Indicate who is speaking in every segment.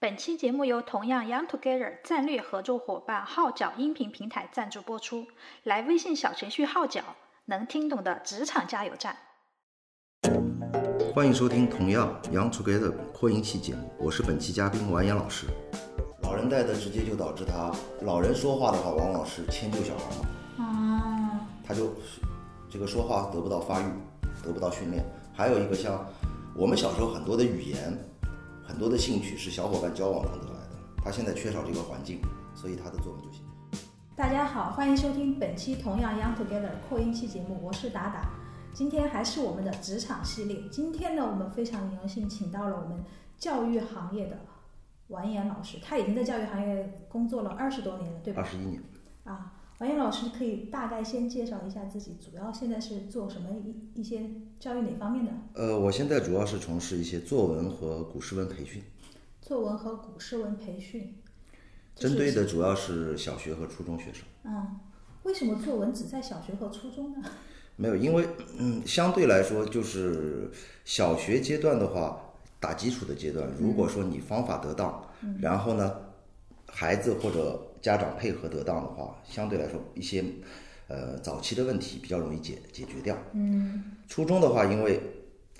Speaker 1: 本期节目由同样 Young Together 战略合作伙伴号角音频平台赞助播出。来微信小程序号角，能听懂的职场加油站。
Speaker 2: 欢迎收听同样 Young Together 扩音器节目，我是本期嘉宾完颜老师。老人带的直接就导致他，老人说话的话往往是迁就小孩嘛，
Speaker 1: 哦，
Speaker 2: 他就这个说话得不到发育，得不到训练。还有一个像我们小时候很多的语言，很多的兴趣是小伙伴交往中得来的，他现在缺少这个环境，所以他的作文就写不好。
Speaker 3: 大家好，欢迎收听本期同样 Young Together 扩音器节目，我是达达。今天还是我们的职场系列，今天呢，我们非常荣幸请到了我们教育行业的完颜老师，他已经在教育行业工作了二十多年了，对吧
Speaker 2: 二？十一年，
Speaker 3: 啊，完颜老师可以大概先介绍一下自己，主要现在是做什么一一些教育哪方面的
Speaker 2: 呃，我现在主要是从事一些作文和古诗文培训，
Speaker 3: 作文和古诗文培训？就是
Speaker 2: 针对的主要是小学和初中学生。
Speaker 3: 嗯，为什么作文只在小学和初中呢？
Speaker 2: 没有，因为嗯，相对来说就是小学阶段的话，打基础的阶段，如果说你方法得当，然后呢，孩子或者家长配合得当的话，相对来说一些呃早期的问题比较容易解解决掉。嗯，初中的话，因为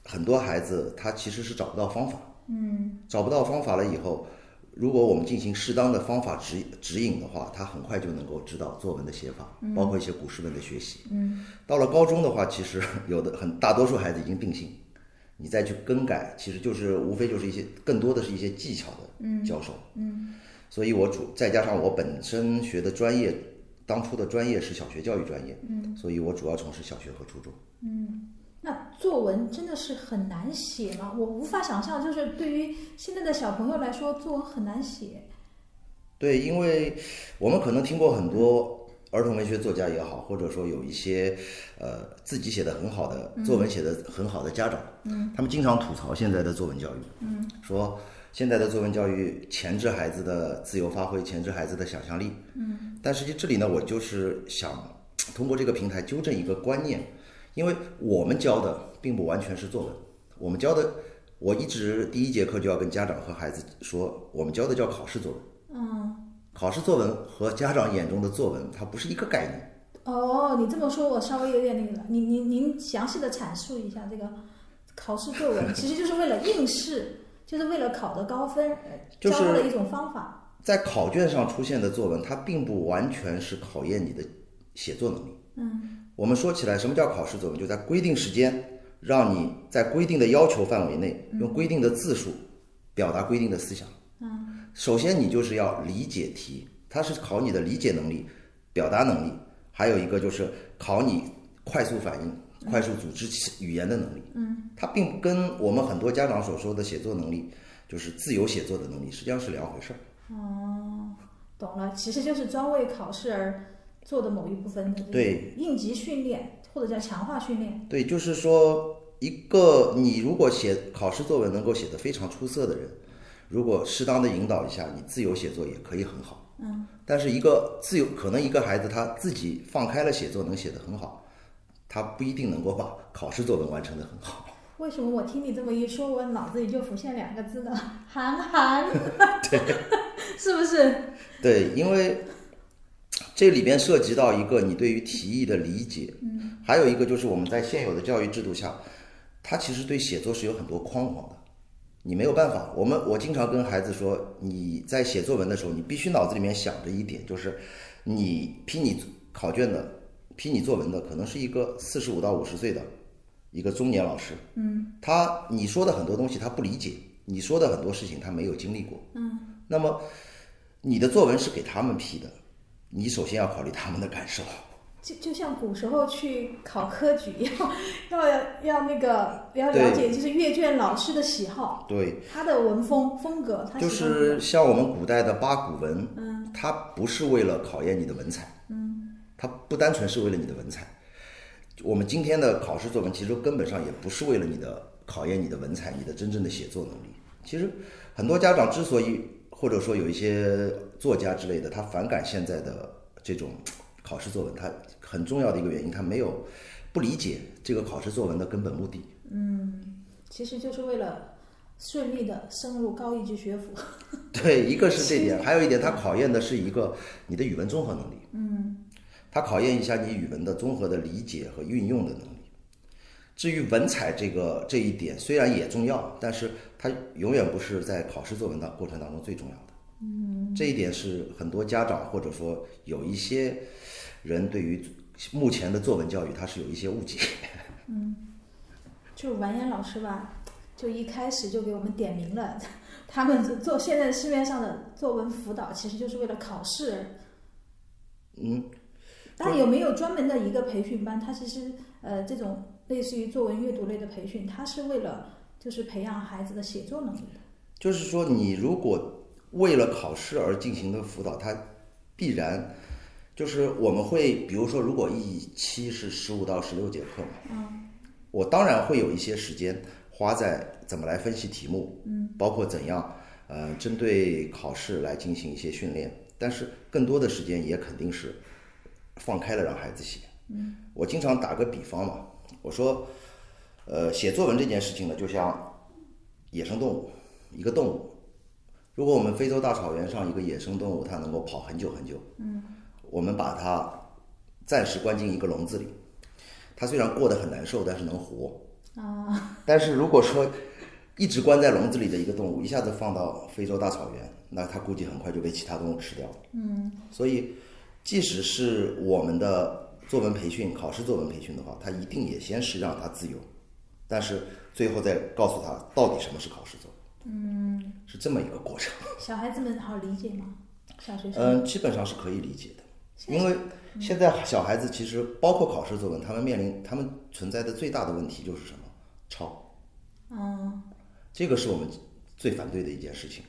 Speaker 2: 很多孩子他其实是找不到方法，嗯，找不到方法了以后。如果我们进行适当的方法指指引的话，他很快就能够知道作文的写法，包括一些古诗文的学习。到了高中的话，其实有的很大多数孩子已经定性，你再去更改，其实就是无非就是一些更多的是一些技巧的教授。嗯，所以我主再加上我本身学的专业，当初的专业是小学教育专业，嗯，所以我主要从事小学和初中。
Speaker 3: 那作文真的是很难写吗？我无法想象，就是对于现在的小朋友来说，作文很难写。
Speaker 2: 对，因为我们可能听过很多儿童文学作家也好，或者说有一些呃自己写的很好的作文写的很好的家长，嗯，他们经常吐槽现在的作文教育，嗯，说现在的作文教育钳制孩子的自由发挥，钳制孩子的想象力，嗯，但实际这里呢，我就是想通过这个平台纠正一个观念，因为我们教的并不完全是作文，我们教的。我一直第一节课就要跟家长和孩子说，我们教的叫考试作文。
Speaker 3: 嗯，
Speaker 2: 考试作文和家长眼中的作文，它不是一个概念。
Speaker 3: 哦，你这么说，我稍微有点那个了。您您您详细的阐述一下这个考试作文，其实就是为了应试，就是为了考得高分，呃
Speaker 2: 就是
Speaker 3: 教授的一种方法。
Speaker 2: 在考卷上出现的作文，它并不完全是考验你的写作能力。
Speaker 3: 嗯
Speaker 2: 我们说起来，什么叫考试作文？就在规定时间，让你在规定的要求范围内，用规定的字数表达规定的思想。
Speaker 3: 嗯
Speaker 2: 首先，你就是要理解题，它是考你的理解能力、表达能力，还有一个就是考你快速反应、快速组织语言的能力。
Speaker 3: 嗯，
Speaker 2: 它并跟我们很多家长所说的写作能力，就是自由写作的能力，实际上是两回事儿。
Speaker 3: 哦，懂了，其实就是专为考试而做的某一部分，就是
Speaker 2: 对
Speaker 3: 应急训练或者叫强化训练。
Speaker 2: 对，就是说，一个你如果写考试作文能够写得非常出色的人，如果适当的引导一下，你自由写作也可以很好。
Speaker 3: 嗯，
Speaker 2: 但是一个自由，可能一个孩子他自己放开了写作能写得很好，他不一定能够把考试作文完成得很好。
Speaker 3: 为什么我听你这么一说，我脑子里就浮现两个字呢？ 韩寒， 是不是？
Speaker 2: 对，因为这里边涉及到一个你对于题意的理解，嗯，还有一个就是我们在现有的教育制度下，它其实对写作是有很多框框的，你没有办法。我们我经常跟孩子说，你在写作文的时候，你必须脑子里面想着一点，就是你批你考卷的、批你作文的，可能是一个四十五到五十岁的一个中年老师，嗯，他你说的很多东西他不理解，你说的很多事情他没有经历过，嗯，那么。你的作文是给他们批的，你首先要考虑他们的感受。
Speaker 3: 就就像古时候去考科举，要要要那个要
Speaker 2: 对
Speaker 3: 了解，就是阅卷老师的喜好，
Speaker 2: 对，
Speaker 3: 他的文风风格，他喜
Speaker 2: 就
Speaker 3: 欢
Speaker 2: 是像我们古代的八股文，
Speaker 3: 嗯，
Speaker 2: 它不是为了考验你的文采，嗯，它不单纯是为了你的文采。我们今天的考试作文其实根本上也不是为了你的考验你的文采，你的真正的写作能力。其实很多家长之所以或者说有一些作家之类的，他反感现在的这种考试作文，他很重要的一个原因，他没有不理解这个考试作文的根本目的。
Speaker 3: 其实就是为了顺利的升入高一级学府。
Speaker 2: 对，一个是这点，还有一点，它考验的是一个你的语文综合能力。嗯，它考验一下你语文的综合的理解和运用的能力。至于文采这个这一点，虽然也重要，但是它永远不是在考试作文的过程当中最重要的。嗯，这一点是很多家长或者说有一些人对于目前的作文教育，他是有一些误解。
Speaker 3: 就是完颜老师吧，就一开始就给我们点明了，他们做现在市面上的作文辅导其实就是为了考试。
Speaker 2: 嗯，
Speaker 3: 但有没有专门的一个培训班？它其实呃，这种类似于作文阅读类的培训，它是为了就是培养孩子的写作能力的。
Speaker 2: 就是说，你如果为了考试而进行的辅导，它必然就是我们会，比如说，如果一期是十五到十六节课嘛，嗯我当然会有一些时间花在怎么来分析题目，嗯，包括怎样呃针对考试来进行一些训练，但是更多的时间也肯定是放开了让孩子写。嗯，我经常打个比方嘛，我说，呃，写作文这件事情呢，就像野生动物，一个动物。如果我们非洲大草原上一个野生动物，它能够跑很久很久，嗯，我们把它暂时关进一个笼子里，它虽然过得很难受，但是能活。啊。但是如果说一直关在笼子里的一个动物，一下子放到非洲大草原，那它估计很快就被其他动物吃掉了。嗯。所以，即使是我们的作文培训、考试作文培训的话，它一定也先是让它自由，但是最后再告诉他到底什么是考试作文。嗯。是这么一个过程。
Speaker 3: 小孩子们好理解吗？小学生、
Speaker 2: 嗯，基本上是可以理解的，因为现在小孩子其实包括考试作文，他们面临他们存在的最大的问题就是什么？抄。
Speaker 3: 嗯，
Speaker 2: 这个是我们最反对的一件事情，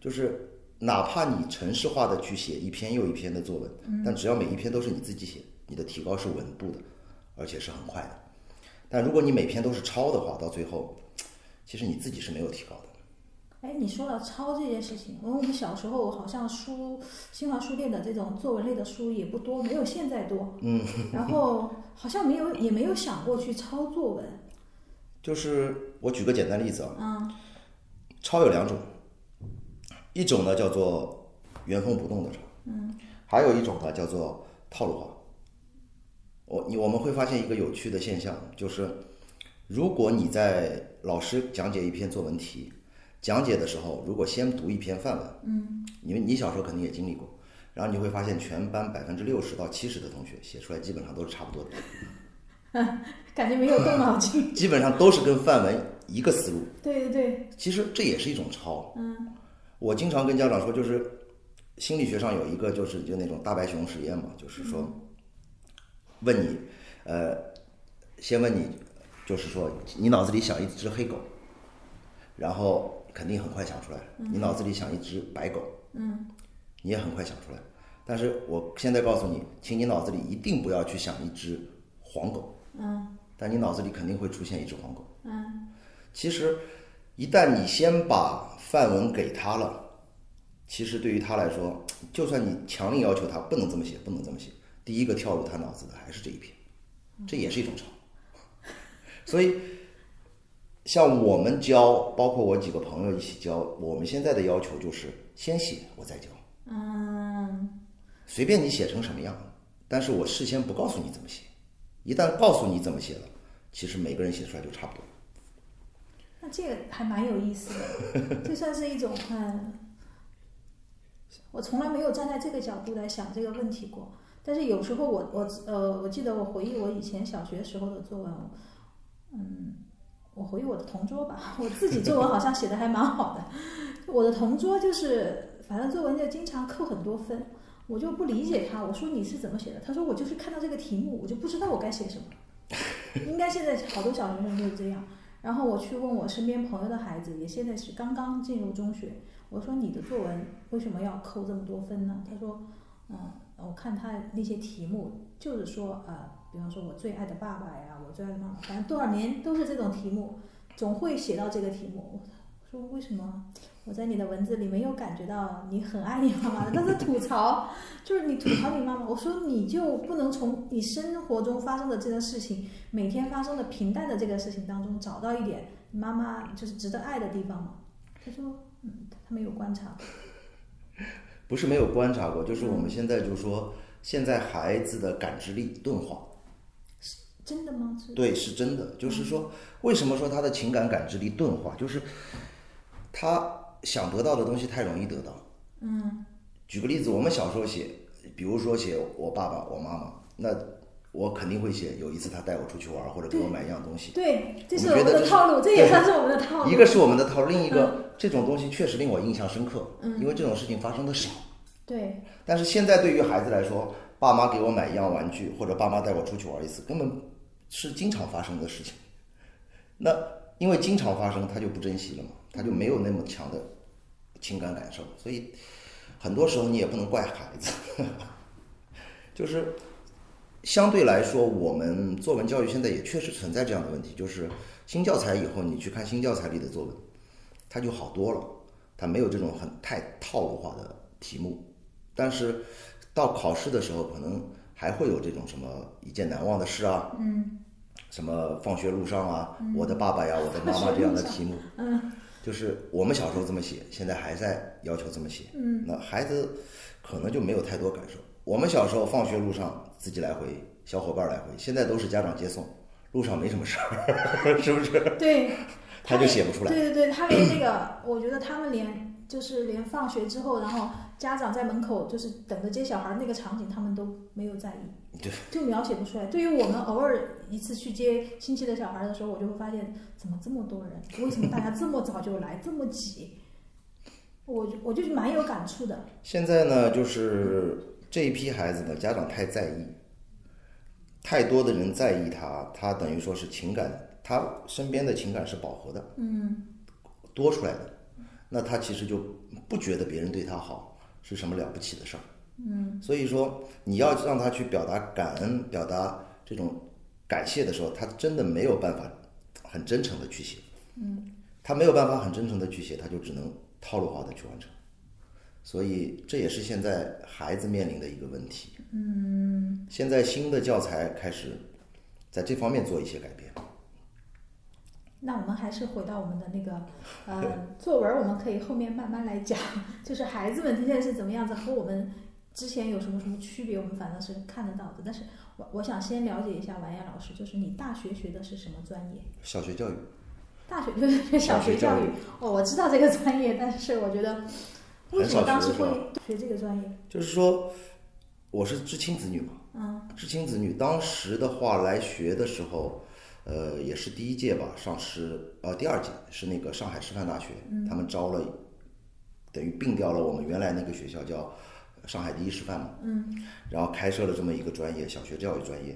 Speaker 2: 就是哪怕你程式化的去写一篇又一篇的作文，但只要每一篇都是你自己写，你的提高是稳步的，而且是很快的。但如果你每篇都是抄的话，到最后，其实你自己是没有提高的。
Speaker 3: 哎，你说到抄这件事情，因为我们小时候好像书，新华书店的这种作文类的书也不多，没有现在多。嗯。然后好像没有，也没有想过去抄作文。
Speaker 2: 就是我举个简单例子啊，
Speaker 3: 嗯
Speaker 2: 抄有两种，一种呢叫做原封不动的抄，嗯，还有一种呢叫做套路化。我你我们会发现一个有趣的现象，就是如果你在老师讲解一篇作文题，讲解的时候，如果先读一篇范文，嗯，你们你小时候肯定也经历过，然后你会发现全班百分之六十到七十的同学写出来基本上都是差不多的，
Speaker 3: 感觉没有动脑 筋。
Speaker 2: 基本上都是跟范文一个思路，
Speaker 3: 对对对，
Speaker 2: 其实这也是一种抄。嗯，我经常跟家长说，就是心理学上有一个就是就那种大白熊实验嘛，就是说
Speaker 3: 嗯
Speaker 2: 问你，呃，先问你，就是说你脑子里想一只黑狗，然后肯定很快想出来；你脑子里想一只白狗，
Speaker 3: 嗯，
Speaker 2: 你也很快想出来。但是我现在告诉你，请你脑子里一定不要去想一只黄狗，
Speaker 3: 嗯
Speaker 2: 但你脑子里肯定会出现一只黄狗。
Speaker 3: 嗯
Speaker 2: 其实，一旦你先把范文给他了，其实对于他来说，就算你强令要求他不能这么写，不能这么写，第一个跳入他脑子的还是这一篇，这也是一种抄。所以，像我们教，包括我几个朋友一起教，我们现在的要求就是先写，我再教，
Speaker 3: 嗯，
Speaker 2: 随便你写成什么样，但是我事先不告诉你怎么写，一旦告诉你怎么写了，其实每个人写出来就差不多。
Speaker 3: 那这个还蛮有意思的，这算是一种嗯，我从来没有站在这个角度来想这个问题过。但是有时候我我呃，我记得我回忆我以前小学时候的作文，嗯，我回忆我的同桌吧，我自己作文好像写的还蛮好的，我的同桌就是反正作文就经常扣很多分，我就不理解他，我说你是怎么写的？他说我就是看到这个题目，我就不知道我该写什么。 应该现在好多小学生都是这样。然后我去问我身边朋友的孩子，也现在是刚刚进入中学，我说你的作文为什么要扣这么多分呢？他说，嗯，我看他那些题目就是说，呃，比方说我最爱的爸爸呀，我最爱的妈妈，反正多少年都是这种题目，总会写到这个题目。我说为什么我在你的文字里没有感觉到你很爱你妈妈？他在吐槽，就是你吐槽你妈妈。我说你就不能从你生活中发生的这个事情每天发生的平淡的这个事情当中找到一点妈妈就是值得爱的地方吗？他说，嗯，他没有观察。
Speaker 2: 不是没有观察过，就是我
Speaker 3: 嗯
Speaker 2: 们现在就说，现在孩子的感知力钝化，
Speaker 3: 真的吗？是嗯
Speaker 2: 对，是真的。就是说，为什么说他的情感感知力钝化？就是他想得到的东西太容易得到。
Speaker 3: 嗯
Speaker 2: 举个例子，我们小时候写，比如说写我爸爸、我妈妈，那我肯定会写有一次他带我出去玩，或者给我买一样东西。
Speaker 3: 对，这是
Speaker 2: 我
Speaker 3: 我
Speaker 2: 们
Speaker 3: 们
Speaker 2: 觉得
Speaker 3: 的
Speaker 2: 这是
Speaker 3: 套路，这也
Speaker 2: 对
Speaker 3: 算是我们的套路。
Speaker 2: 一个是我们的套路，另一
Speaker 3: 嗯
Speaker 2: 个这种东西确实令我印象深刻，因为这种事情发生的少。
Speaker 3: 对，
Speaker 2: 但是现在对于孩子来说，爸妈给我买一样玩具，或者爸妈带我出去玩一次，根本是经常发生的事情。那因为经常发生，他就不珍惜了嘛，他就没有那么强的情感感受，所以很多时候你也不能怪孩子， 就是相对来说，我们作文教育现在也确实存在这样的问题，就是新教材以后，你去看新教材里的作文，它就好多了，它没有这种很太套路化的题目。但是到考试的时候，可能还会有这种什么一见难忘的事啊，嗯，什么放学路上啊，我的爸爸呀，我的妈妈这样的题目， 嗯，就是我们小时候这么写，现在还在要求这么写，嗯，那孩子可能就没有太多感受。我们小时候放学路上自己来回，小伙伴来回，现在都是家长接送，路上没什么事儿， 是不是？
Speaker 3: 对，
Speaker 2: 他就写不出来。
Speaker 3: 对对对，他连那个， 我觉得他们连就是连放学之后，然后家长在门口就是等着接小孩儿那个场景，他们都没有在意，
Speaker 2: 对，
Speaker 3: 就描写不出来。对于我们偶尔一次去接亲戚的小孩儿的时候，我就会发现怎么这么多人，为什么大家这么早就来，这么挤？我就我就是蛮有感触的，
Speaker 2: 现在呢，就是这一批孩子呢，家长太在意，太多的人在意他，他等于说是情感，他身边的情感是饱和的，嗯，多出来的，那他其实就不觉得别人对他好是什么了不起的事儿，嗯，所以说你要让他去表达感恩、表达这种感谢的时候，他真的没有办法很真诚的去写，嗯，他没有办法很真诚的去写，他就只能套路化的去完成。所以这也是现在孩子面临的一个问题。嗯，现在新的教材开始在这方面做一些改变。
Speaker 3: 那我们还是回到我们的那个呃作文，我们可以后面慢慢来讲， 就是孩子们现在是怎么样子，和我们之前有什么什么区别，我们反正是看得到的。但是我我想先了解一下完颜老师，就是你大学学的是什么专业？
Speaker 2: 小学教育，
Speaker 3: 大学就是 学小学教育。哦，我知道这个专业，但是我觉得为什么当时
Speaker 2: 很少学
Speaker 3: 会学这个专业？
Speaker 2: 就是说我是知青子女嘛，
Speaker 3: 嗯
Speaker 2: 知青子女当时的话来学的时候，呃，也是第一届吧，上师呃第二届是那个上海师范大学，
Speaker 3: 嗯
Speaker 2: 他们招了，等于并掉了我们原来那个学校叫呃上海第一师范嘛，
Speaker 3: 嗯
Speaker 2: 然后开设了这么一个专业，小学教育专业。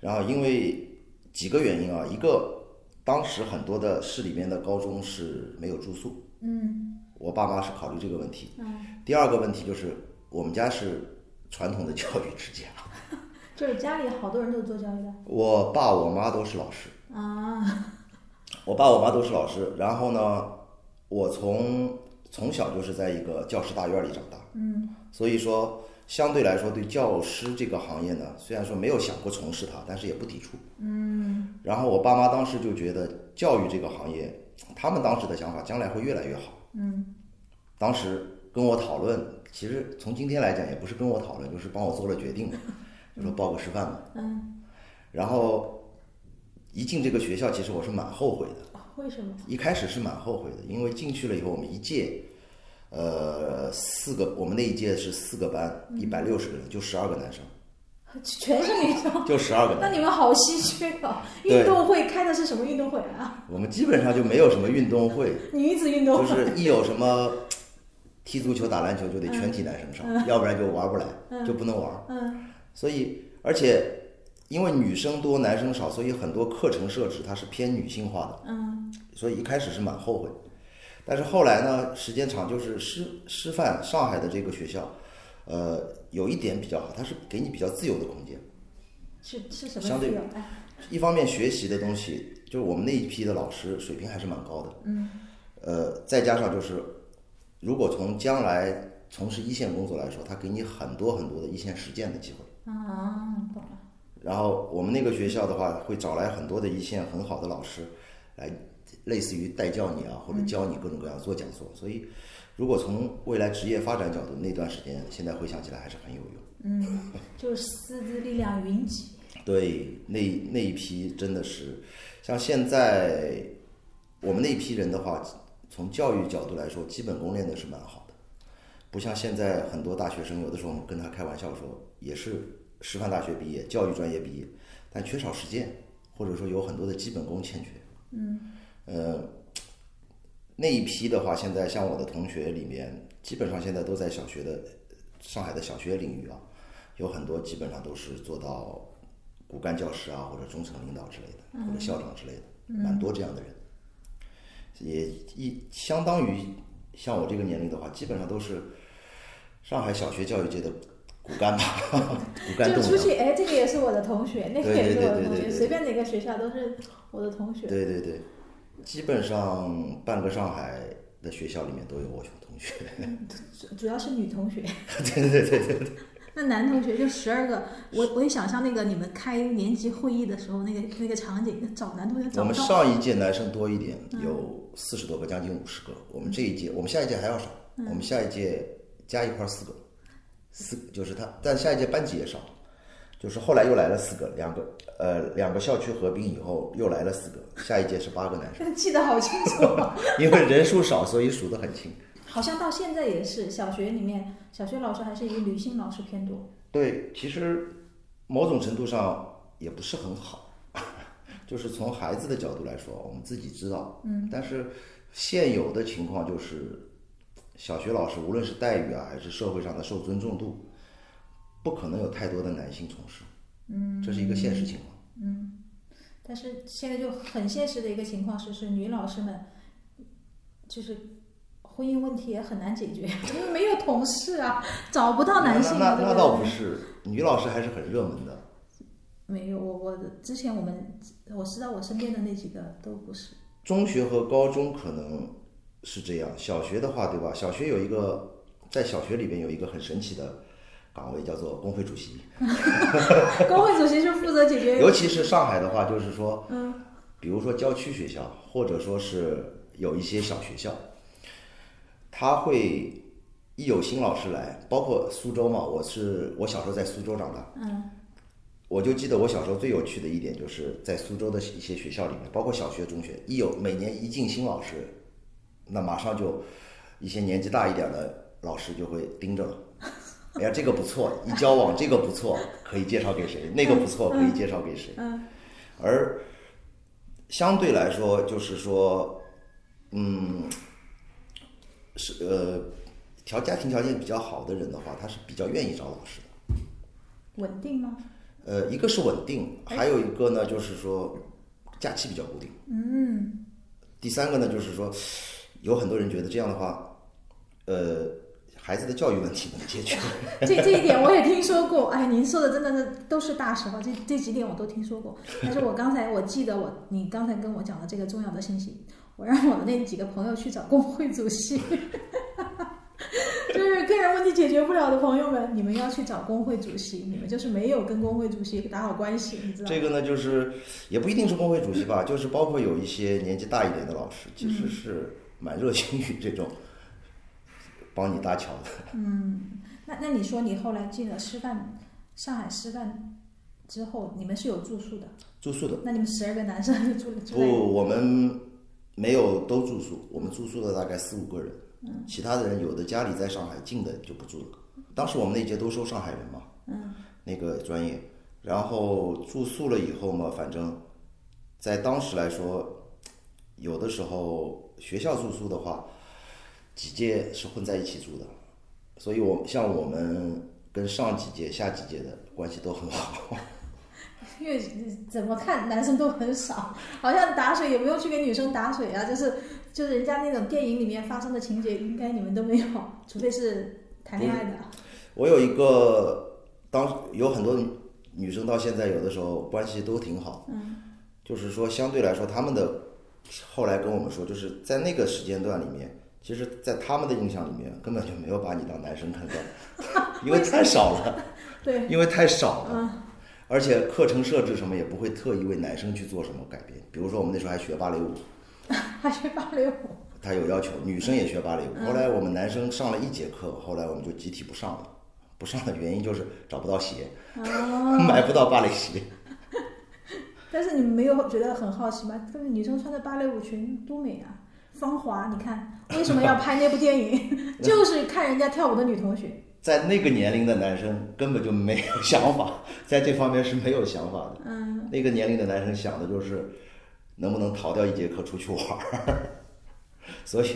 Speaker 2: 然后因为几个原因啊，一个当时很多的市里面的高中是没有住宿，
Speaker 3: 嗯
Speaker 2: 我爸妈是考虑这个问题。
Speaker 3: 嗯，
Speaker 2: 第二个问题就是我们家是传统的教育之家，
Speaker 3: 就是家里好多人都做教育的
Speaker 2: 我爸我妈都是老师，
Speaker 3: 啊，
Speaker 2: 我爸我妈都是老师。然后呢，我从从小就是在一个教师大院里长大，
Speaker 3: 嗯
Speaker 2: 所以说相对来说对教师这个行业呢，虽然说没有想过从事它，但是也不抵触。
Speaker 3: 嗯
Speaker 2: 然后我爸妈当时就觉得教育这个行业，他们当时的想法将来会越来越好。
Speaker 3: 嗯
Speaker 2: 当时跟我讨论，其实从今天来讲也不是跟我讨论，就是帮我做了 决定，就说报个师范嘛。
Speaker 3: 嗯，
Speaker 2: 然后一进这个学校，其实我是蛮后悔的，
Speaker 3: 为什么？
Speaker 2: 一开始是蛮后悔的，因为进去了以后，我们一届，呃，四个，我们那一届是四个班，一百六十个人，就十二个男生，
Speaker 3: 全是女生。
Speaker 2: 就十二个男
Speaker 3: 那你
Speaker 2: 生。
Speaker 3: 们好稀缺哦！
Speaker 2: 对
Speaker 3: 运动会开的是什么运动会啊？
Speaker 2: 我们基本上就没有什么运动会，
Speaker 3: 女子运动
Speaker 2: 就
Speaker 3: 会。
Speaker 2: 是一有什么踢足球、打篮球就得全体男生上，要不然就玩不来，就不能玩。
Speaker 3: 嗯
Speaker 2: 所以，而且因为女生多、男生少，所以很多课程设置它是偏女性化的，
Speaker 3: 嗯
Speaker 2: 所以一开始是蛮后悔。但是后来呢，时间长就是师师范上海的这个学校，呃，有一点比较好，它是给你比较自由的空间。
Speaker 3: 是是什么
Speaker 2: 相对
Speaker 3: 自由？哎，
Speaker 2: 一方面学习的东西，就是我们那一批的老师水平还是蛮高的，
Speaker 3: 嗯，
Speaker 2: 呃，再加上就是，如果从将来从事一线工作来说，他给你很多很多的一线实践的机会。
Speaker 3: 啊，懂了。
Speaker 2: 然后我们那个学校的话，会找来很多的一线很好的老师来类似于带教你啊，或者教你各种各样做讲座。所以，如果从未来职业发展角度，那段时间现在回想起来还是很有用。
Speaker 3: 嗯，就是师资力量云集。
Speaker 2: 对，那那一批真的是，像现在我们那一批人的话，从教育角度来说，基本功练的是蛮好的，不像现在很多大学生，有的时候我们跟他开玩笑说，也是师范大学毕业，教育专业毕业，但缺少实践，或者说有很多的基本功欠缺。嗯，呃，那一批的话，现在像我的同学里面，基本上现在都在小学的上海的小学领域啊，有很多基本上都是做到骨干教师啊，或者中层领导之类的，或者校长之类的，
Speaker 3: 嗯
Speaker 2: 蛮多这样的人。也一相当于像我这个年龄的话，基本上都是上海小学教育界的骨干吧， 骨干
Speaker 3: 就
Speaker 2: 栋
Speaker 3: 出
Speaker 2: 梁。
Speaker 3: 去，哎，这个也是我的同学，那个
Speaker 2: 对
Speaker 3: 也是
Speaker 2: 对
Speaker 3: 我的
Speaker 2: 对
Speaker 3: 同
Speaker 2: 对
Speaker 3: 学，
Speaker 2: 对
Speaker 3: 随便哪个学校都是我的同学。
Speaker 2: 对对对，基本上半个上海的学校里面都有我同学。
Speaker 3: 主主要是女同 学。对对对对对。那男同学就十二个，我我也想象那个你们开年级会议的时候那个那个场景，找男同学
Speaker 2: 我
Speaker 3: 找不
Speaker 2: 们
Speaker 3: 到。
Speaker 2: 上一届男生多一点，有四十多个，将近五十个。我们这一届，我们下一届还要少。我们下一届加一块儿四个，四就是他，但下一届班级也少，就是后来又来了四个，两个呃两个校区合并以后又来了四个，下一届是八个男生，
Speaker 3: 记得好清楚啊，
Speaker 2: 因为人数少，所以数得很清。
Speaker 3: 好像到现在也是小学里面，小学老师还是以女性老师偏多。
Speaker 2: 对，其实某种程度上也不是很好， 就是从孩子的角度来说，我们自己知道，嗯，但是现有的情况就是，小学老师无论是待遇啊，还是社会上的受尊重度，不可能有太多的男性从事，嗯，这是一个现实情况。
Speaker 3: 但是现在就很现实的一个情况是，是女老师们，就是婚姻问题也很难解决，因为没有同事啊，找不到男性
Speaker 2: 那
Speaker 3: 啊。
Speaker 2: 那
Speaker 3: 对
Speaker 2: 那
Speaker 3: 不
Speaker 2: 倒
Speaker 3: 对
Speaker 2: 不是，女老师还是很热门的。
Speaker 3: 没有，我我之前我们我知道我身边的那几个都不是，
Speaker 2: 中学和高中可能是这样，小学的话，对吧？小学有一个，在小学里边有一个很神奇的岗位，叫做工会主席。
Speaker 3: 工会主席是负责解决
Speaker 2: 尤其是上海的话，就是说，嗯，比如说郊区学校，或者说是有一些小学校，他会一有新老师来，包括苏州嘛，我是我小时候在苏州长大，嗯，我就记得我小时候最有趣的一点就是在苏州的一些学校里面，包括小学、中学，一有每年一进新老师，那马上就一些年纪大一点的老师就会盯着了。哎呀，这个不错，一交往这个不错，可以介绍给谁？那个不错，可以介绍给谁？而相对来说，就是说，嗯，是呃，条家庭条件比较好的人的话，他是比较愿意找老师的。
Speaker 3: 稳定吗？
Speaker 2: 呃，一个是稳定，还有一个呢，就是说假期比较固定。
Speaker 3: 嗯，
Speaker 2: 第三个呢，就是说，有很多人觉得这样的话，呃，孩子的教育问题能解决。
Speaker 3: 这这一点我也听说过。哎，您说的真的是都是大实话，这这几点我都听说过。但是我刚才我记得我你刚才跟我讲的这个重要的信息，我让我的那几个朋友去找工会主席。 就是个人问题解决不了的朋友们，你们要去找工会主席，你们就是没有跟工会主席打好关系，你知道吗？
Speaker 2: 这个呢，就是也不一定是工会主席吧，就是包括有一些年纪大一点的老师，其实是蛮热心于这种帮你搭桥的。
Speaker 3: 嗯那那你说你后来进了师范，上海师范之后，你们是有住宿的？
Speaker 2: 住宿的
Speaker 3: 那你们十二个男生就住住
Speaker 2: 不，
Speaker 3: 在
Speaker 2: 我们没有都住宿，我们住宿的大概四五个人，其他的人有的家里在上海，近的就不住了。当时我们那一届都收上海人嘛，那个专业，然后住宿了以后嘛，反正在当时来说，有的时候学校住宿的话，几届是混在一起住的，所以我像我们跟上几届、下几届的关系都很好。
Speaker 3: 因为怎么看男生都很少，好像打水也不用去给女生打水啊，就是就是人家那种电影里面发生的情节，应该你们都没有，除非是谈恋爱的。
Speaker 2: 我有一个，当有很多女女生到现在有的时候关系都挺好，嗯，就是说相对来说，她们的后来跟我们说，就是在那个时间段里面，其实，在他们的印象里面，根本就没有把你当男生看待， 因为嗯太少了，
Speaker 3: 对，
Speaker 2: 因为太少了，而且课程设置什么也不会特意为男生去做什么改变。比如说我们那时候还学芭蕾舞，
Speaker 3: 他学芭蕾舞，
Speaker 2: 他有要求，女生也学芭蕾舞。后来我们男生上了一节课，后来我们就集体不上了。不上的原因就是找不到鞋， 买不到芭蕾鞋。
Speaker 3: 但是你们没有觉得很好奇吗？特别女生穿的芭蕾舞裙多美啊，芳华！你看为什么要拍那部电影？ 就是看人家跳舞的女同学。
Speaker 2: 在那个年龄的男生根本就没有想法，在这方面是没有想法的。嗯，那个年龄的男生想的就是能不能逃掉一节课出去玩儿。所以，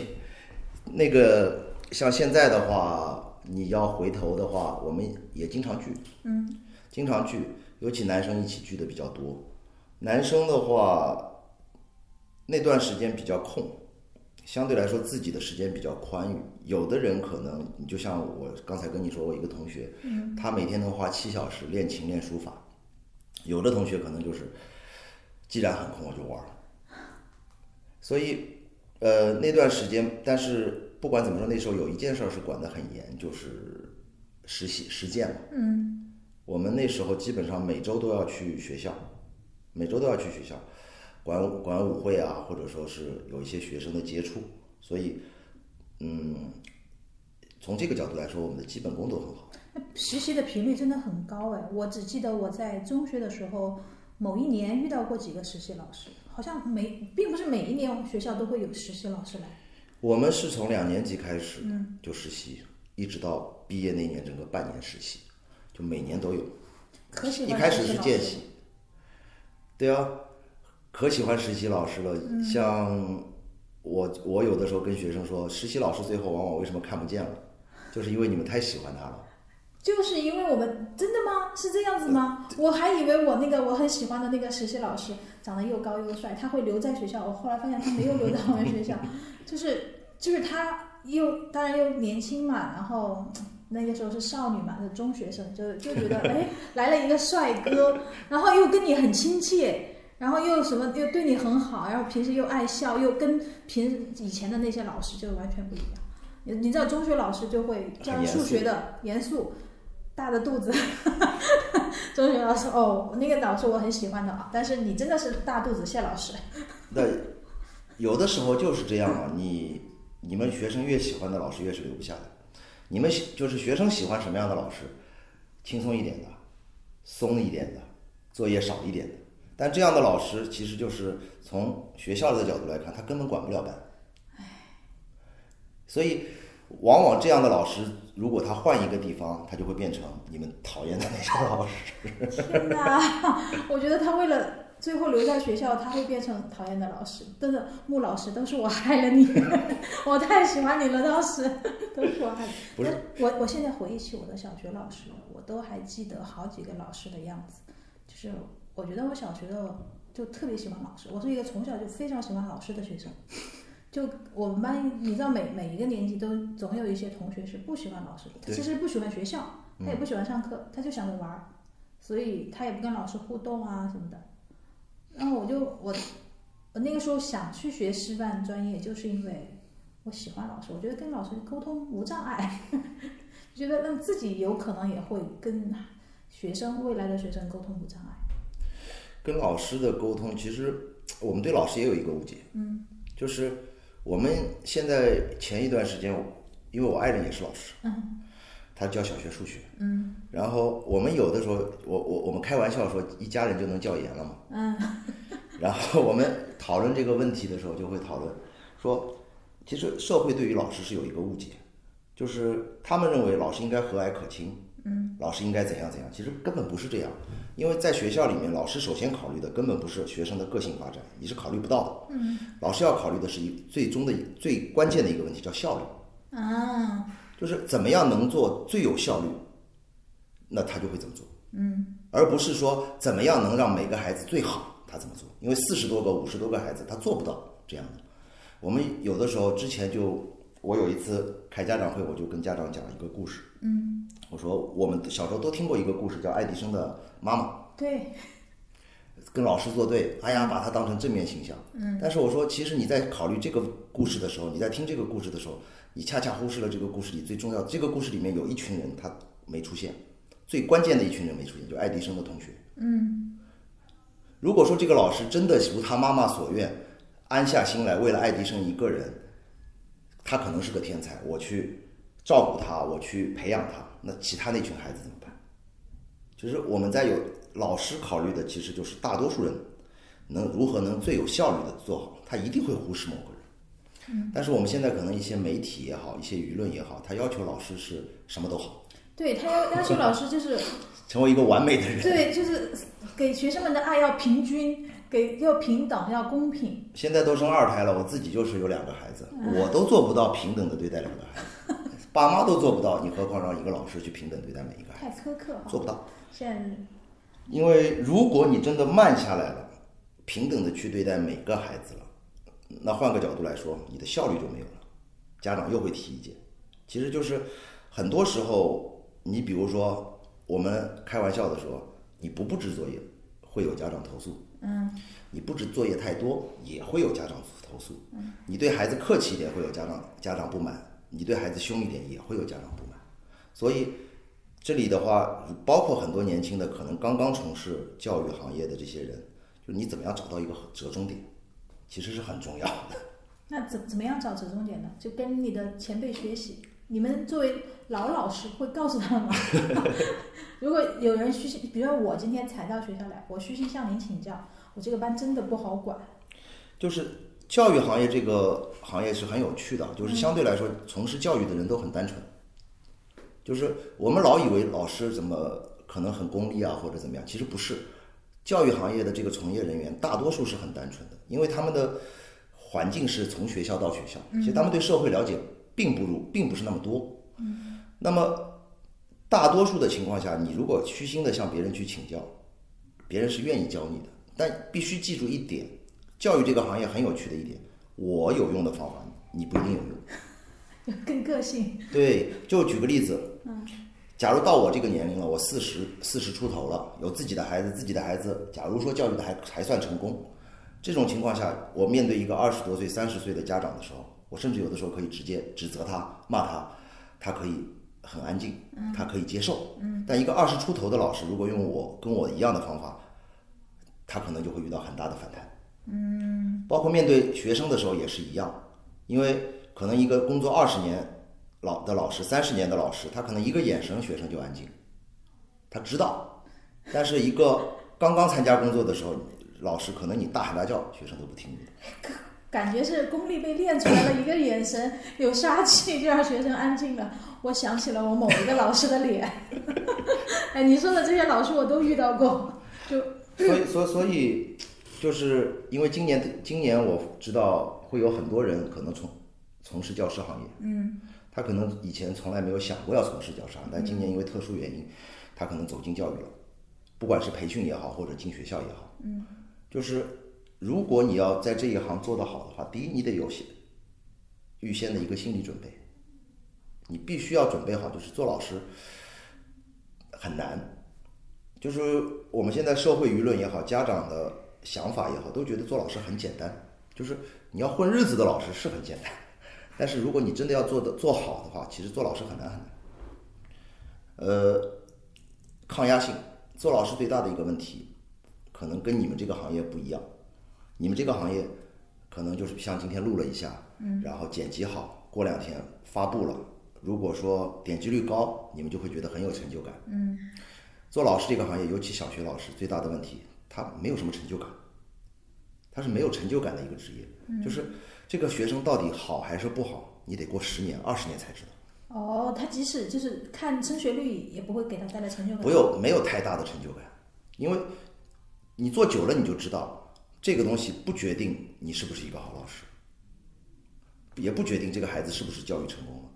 Speaker 2: 那个像现在的话，你要回头的话，我们也经常聚，
Speaker 3: 嗯，
Speaker 2: 经常聚，尤其男生一起聚的比较多。男生的话，那段时间比较空，相对来说自己的时间比较宽裕。有的人可能，你就像我刚才跟你说，我一个同学，他每天能花七小时练琴练书法。有的同学可能就是，既然很空，我就玩儿了。所以，呃，那段时间，但是不管怎么说，那时候有一件事儿是管得很严，就是实习实践嘛。
Speaker 3: 嗯，
Speaker 2: 我们那时候基本上每周都要去学校，每周都要去学校，管管舞会啊，或者说是有一些学生的接触，所以，嗯，从这个角度来说，我们的基本功都很好。
Speaker 3: 那实习的频率真的很高哎！我只记得我在中学的时候，某一年遇到过几个实习老师，好像每并不是每一年我们学校都会有实习老师来。
Speaker 2: 我们是从两年级开始就实习，一直到毕业那年，整个半年实习，就每年都有。
Speaker 3: 可喜
Speaker 2: 一
Speaker 3: 欢
Speaker 2: 开
Speaker 3: 实
Speaker 2: 始
Speaker 3: 习
Speaker 2: 是
Speaker 3: 老
Speaker 2: 见
Speaker 3: 师
Speaker 2: 习，对啊，可喜欢实习老师了。
Speaker 3: 嗯
Speaker 2: 像我，我有的时候跟学生说，实习老师最后往往为什么看不见了，就是因为你们太喜欢他了。
Speaker 3: 就是因为我们真的吗？是这样子吗？
Speaker 2: 呃
Speaker 3: 我还以为我那个我很喜欢的那个实习老师长得又高又帅，他会留在学校。我后来发现他没有留在我们学校，就是就是他又当然又年轻嘛，然后嗯那个时候是少女嘛，是中学生，就就 觉得哎来了一个帅哥，然后又跟你很亲切。然后又什么又对你很好，然后平时又爱笑，又跟平以前的那些老师就完全不一样。你你知道中学老师就会教
Speaker 2: 很严
Speaker 3: 数学的严肃，大的肚子， 中学老师哦，那个老师我很喜欢的啊，但是你真的是大肚子谢老师，
Speaker 2: 那有的时候就是这样啊，你你们学生越喜欢的老师越是留不下来，你们喜就是学生喜欢什么样的老师，轻松一点的，松一点的，作业少一点的。但这样的老师其实就是从学校的角度来看，他根本管不了班。所以，往往这样的老师，如果他换一个地方，他就会变成你们讨厌的那些老师。
Speaker 3: 天哪！ 我觉得他为了最后留在学校，他会变成讨厌的老师，真的穆老师都是我害了你， 我太喜欢你了，当时都是我害的。
Speaker 2: 不是
Speaker 3: 但我，我现在回忆起我的小学老师，我都还记得好几个老师的样子，就是我觉得我小学的就特别喜欢老师，我是一个从小就非常喜欢老师的学生。 就我们班，你知道每每一个年级都总有一些同学是不喜欢老师的，他
Speaker 2: 对
Speaker 3: 其实不喜欢学校，他也不喜欢上课，他就想着玩儿，所以他也不跟老师互动啊什么的。然后我就我我那个时候想去学师范专业，就是因为我喜欢老师，我觉得跟老师沟通无障碍， 觉得让自己有可能也会跟学生未来的学生沟通无障碍。
Speaker 2: 跟老师的沟通，其实我们对老师也有一个误解，嗯，就是我们现在前一段时间，因为我爱人也是老师，嗯，他教小学数学，嗯，然后我们有的时候，我我我们开玩笑说一家人就能教研了嘛，嗯，然后我们讨论这个问题的时候，就会讨论说，其实社会对于老师是有一个误解，就是他们认为老师应该和蔼可亲，嗯，老师应该怎样怎样，其实根本不是这样。因为在学校里面，老师首先考虑的根本不是学生的个性发展，你是考虑不到的。嗯，老师要考虑的是一最终的一最关键的一个问题，叫效率，
Speaker 3: 啊，
Speaker 2: 就是怎么样能做最有效率，那他就会怎么做。嗯，而不是说怎么样能让每个孩子最好，他怎么做？因为四十多个、五十多个孩子，他做不到这样的。我们有的时候之前就，我有一次开家长会，我就跟家长讲一个故事。嗯，我说我们小时候都听过一个故事，叫爱迪生的妈妈。
Speaker 3: 对，
Speaker 2: 跟老师作对，哎呀，把他当成正面形象。嗯，但是我说，其实你在考虑这个故事的时候，你在听这个故事的时候，你恰恰忽视了这个故事里最重要。这个故事里面有一群人他没出现，最关键的一群人没出现，就爱迪生的同学。嗯，如果说这个老师真的如他妈妈所愿，安下心来，为了爱迪生一个人，他可能是个天才，我去照顾他，我去培养他，那其他那群孩子怎么办？就是我们在有老师考虑的，其实就是大多数人能如何能最有效率的做好，他一定会忽视某个人。但是我们现在可能一些媒体也好，一些舆论也好，他要求老师是什么都好，
Speaker 3: 对他要要求老师就是
Speaker 2: 成为一个完美的人。
Speaker 3: 对，就是给学生们的爱要平均，给要平等，要公平。
Speaker 2: 现在都生二胎了，我自己就是有两个孩子，我都做不到平等的对待两个孩子，爸妈都做不到，你何况让一个老师去平等对待每一个孩
Speaker 3: 太苛刻
Speaker 2: 子，
Speaker 3: 了。
Speaker 2: 做不到。
Speaker 3: 现
Speaker 2: 因为如果你真的慢下来了，平等的去对待每个孩子了，那换个角度来说，你的效率就没有了，家长又会提意见。其实就是很多时候，你比如说我们开玩笑的说，你不布置作业，会有家长投诉。嗯。你布置作业太多，也会有家长投诉。嗯。你对孩子客气一点，会有家长家长不满；你对孩子凶一点，也会有家长不满。所以这里的话，包括很多年轻的，可能刚刚从事教育行业的这些人，就是你怎么样找到一个折中点，其实是很重要的。
Speaker 3: 那怎怎么样找折中点呢？就跟你的前辈学习。你们作为老老师会告诉他们吗？ 如果有人虚心，比如说我今天才到学校来，我虚心向您请教，我这个班真的不好管。
Speaker 2: 就是教育行业这个行业是很有趣的，啊就是相对来说，从事教育的人都很单纯。就是我们老以为老师怎么可能很功利啊，或者怎么样，其实不是。教育行业的这个从业人员大多数是很单纯的，因为他们的环境是从学校到学校，其实他们对社会了解并不如，并不是那么多。嗯。那么大多数的情况下，你如果虚心的向别人去请教，别人是愿意教你的，但必须记住一点，教育这个行业很有趣的一点，我有用的方法，你不一定有用。
Speaker 3: 更个性，
Speaker 2: 对，就举个例子，嗯，假如到我这个年龄了，我四十四十出头了，有自己的孩子，自己的孩子，假如说教育的还还算成功，这种情况下，我面对一个二十多岁、三十岁的家长的时候，我甚至有的时候可以直接指责他、骂他，他可以很安静，他可以接受，嗯，但一个二十出头的老师，如果用我跟我一样的方法，他可能就会遇到很大的反弹，嗯，包括面对学生的时候也是一样，因为可能一个工作二十年老的老师、三十年的老师，他可能一个眼神学生就安静，他知道。但是一个刚刚参加工作的时候，老师可能你大喊大叫，学生都不听你的。
Speaker 3: 感觉是功力被练出来了，一个眼神有杀气就让学生安静了。我想起了我某一个老师的脸， 哎，你说的这些老师我都遇到过，就
Speaker 2: 所以，所以所以，就是因为今年今年我知道会有很多人可能从从事教师行业，嗯，他可能以前从来没有想过要从事教师行业，但今年因为特殊原因，他可能走进教育了，不管是培训也好，或者进学校也好，嗯，就是如果你要在这一行做得好的话，第一，你得有些预先的一个心理准备，你必须要准备好，就是做老师很难，就是我们现在社会舆论也好，家长的想法也好，都觉得做老师很简单，就是你要混日子的老师是很简单， 但是如果你真的要做的做好的话，其实做老师很难很难。呃，抗压性，做老师最大的一个问题，可能跟你们这个行业不一样，你们这个行业可能就是像今天录了一下，嗯，然后剪辑好，过两天发布了，如果说点击率高，你们就会觉得很有成就感，做老师这个行业，尤其小学老师，最大的问题，他没有什么成就感，他是没有成就感的一个职业。就是这个学生到底好还是不好，你得过十年、二十年才知道。
Speaker 3: 哦，他即使就是看升学率也不会给他带来成就感。
Speaker 2: 不用没有太大的成就感，因为你做久了你就知道，这个东西不决定你是不是一个好老师，也不决定这个孩子是不是教育成功了。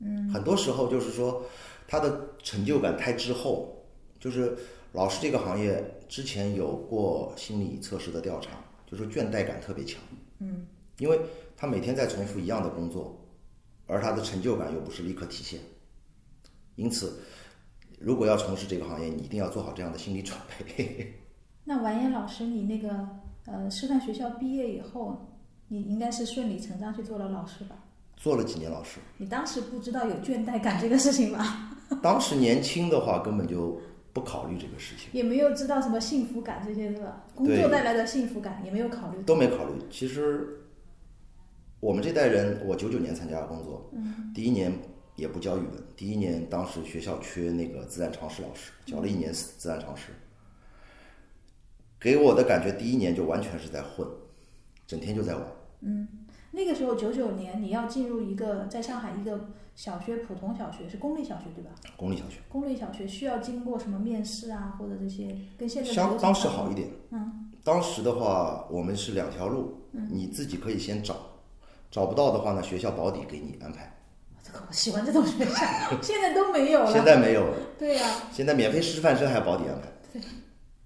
Speaker 2: 嗯，很多时候就是说，他的成就感太滞后，就是老师这个行业之前有过心理测试的调查，就说倦怠感特别强。嗯，因为他每天在重复一样的工作，而他的成就感又不是立刻体现，因此如果要从事这个行业，你一定要做好这样的心理准备。
Speaker 3: 那完颜老师，你那个呃师范学校毕业以后，你应该是顺理成章去做了老师吧？
Speaker 2: 做了几年老师，
Speaker 3: 你当时不知道有倦怠感这个事情吧？
Speaker 2: 当时年轻的话根本就不考虑这个事情，
Speaker 3: 也没有知道什么幸福感这些是吧？工作
Speaker 2: 对
Speaker 3: 带来的幸福感也没有考虑
Speaker 2: 都没考虑。其实我们这代人，我九九年参加工作，第一年也不教语文，第一年当时学校缺那个自然常识老师，教了一年自然常识，给我的感觉第一年就完全是在混，整天就在玩。
Speaker 3: 那个时候九九年，你要进入一个在上海一个小学，普通小学是公立小学对吧？
Speaker 2: 公立小学
Speaker 3: 公立小学需要经过什么面试啊，或者这些跟现在的
Speaker 2: 相
Speaker 3: 流程嗯
Speaker 2: 当时
Speaker 3: 差不
Speaker 2: 好
Speaker 3: 多
Speaker 2: 一点，当时的话我们是两条路，
Speaker 3: 嗯
Speaker 2: 你自己可以先找，找不到的话呢，学校保底给你安排。
Speaker 3: 这 个我喜欢这种学校， 现在都没有了。
Speaker 2: 现在没有了，
Speaker 3: 对呀、
Speaker 2: 现在免费师范生还保底安排。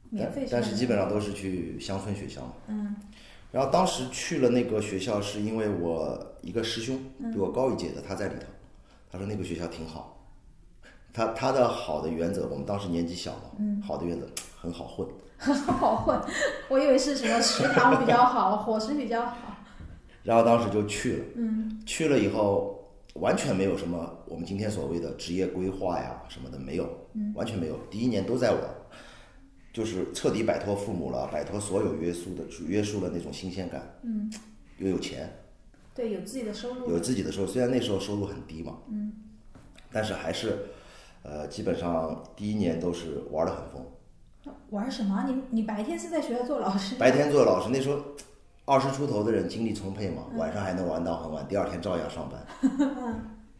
Speaker 3: 免费
Speaker 2: 但
Speaker 3: 学
Speaker 2: 是
Speaker 3: 校
Speaker 2: 基本上都是去乡村学校嘛。嗯。然后当时去了那个学校，是因为我一个师兄
Speaker 3: 嗯
Speaker 2: 比我高一届的，他在里头，他说那个学校挺好。他他的好的原则，我们当时年纪小嘛，
Speaker 3: 嗯
Speaker 2: 好的原则很好混，
Speaker 3: 好混，我以为是什么食堂比较好，伙食比较好。
Speaker 2: 然后当时就去了，嗯，去了以后完全没有什么我们今天所谓的职业规划呀什么的没有，完全没有。第一年都在玩，就是彻底摆脱父母了，摆脱所有约束的约束了那种新鲜感，嗯，又有钱，
Speaker 3: 对，有自己的收入。
Speaker 2: 有自己的收入，虽然那时候收入很低嘛，嗯，但是还是，呃，基本上第一年都是玩的很疯。
Speaker 3: 玩什么？你你白天是在学校做老师？
Speaker 2: 白天做老师，那时候二十出头的人精力充沛嘛，晚上还能玩到很晚，第二天照样上班。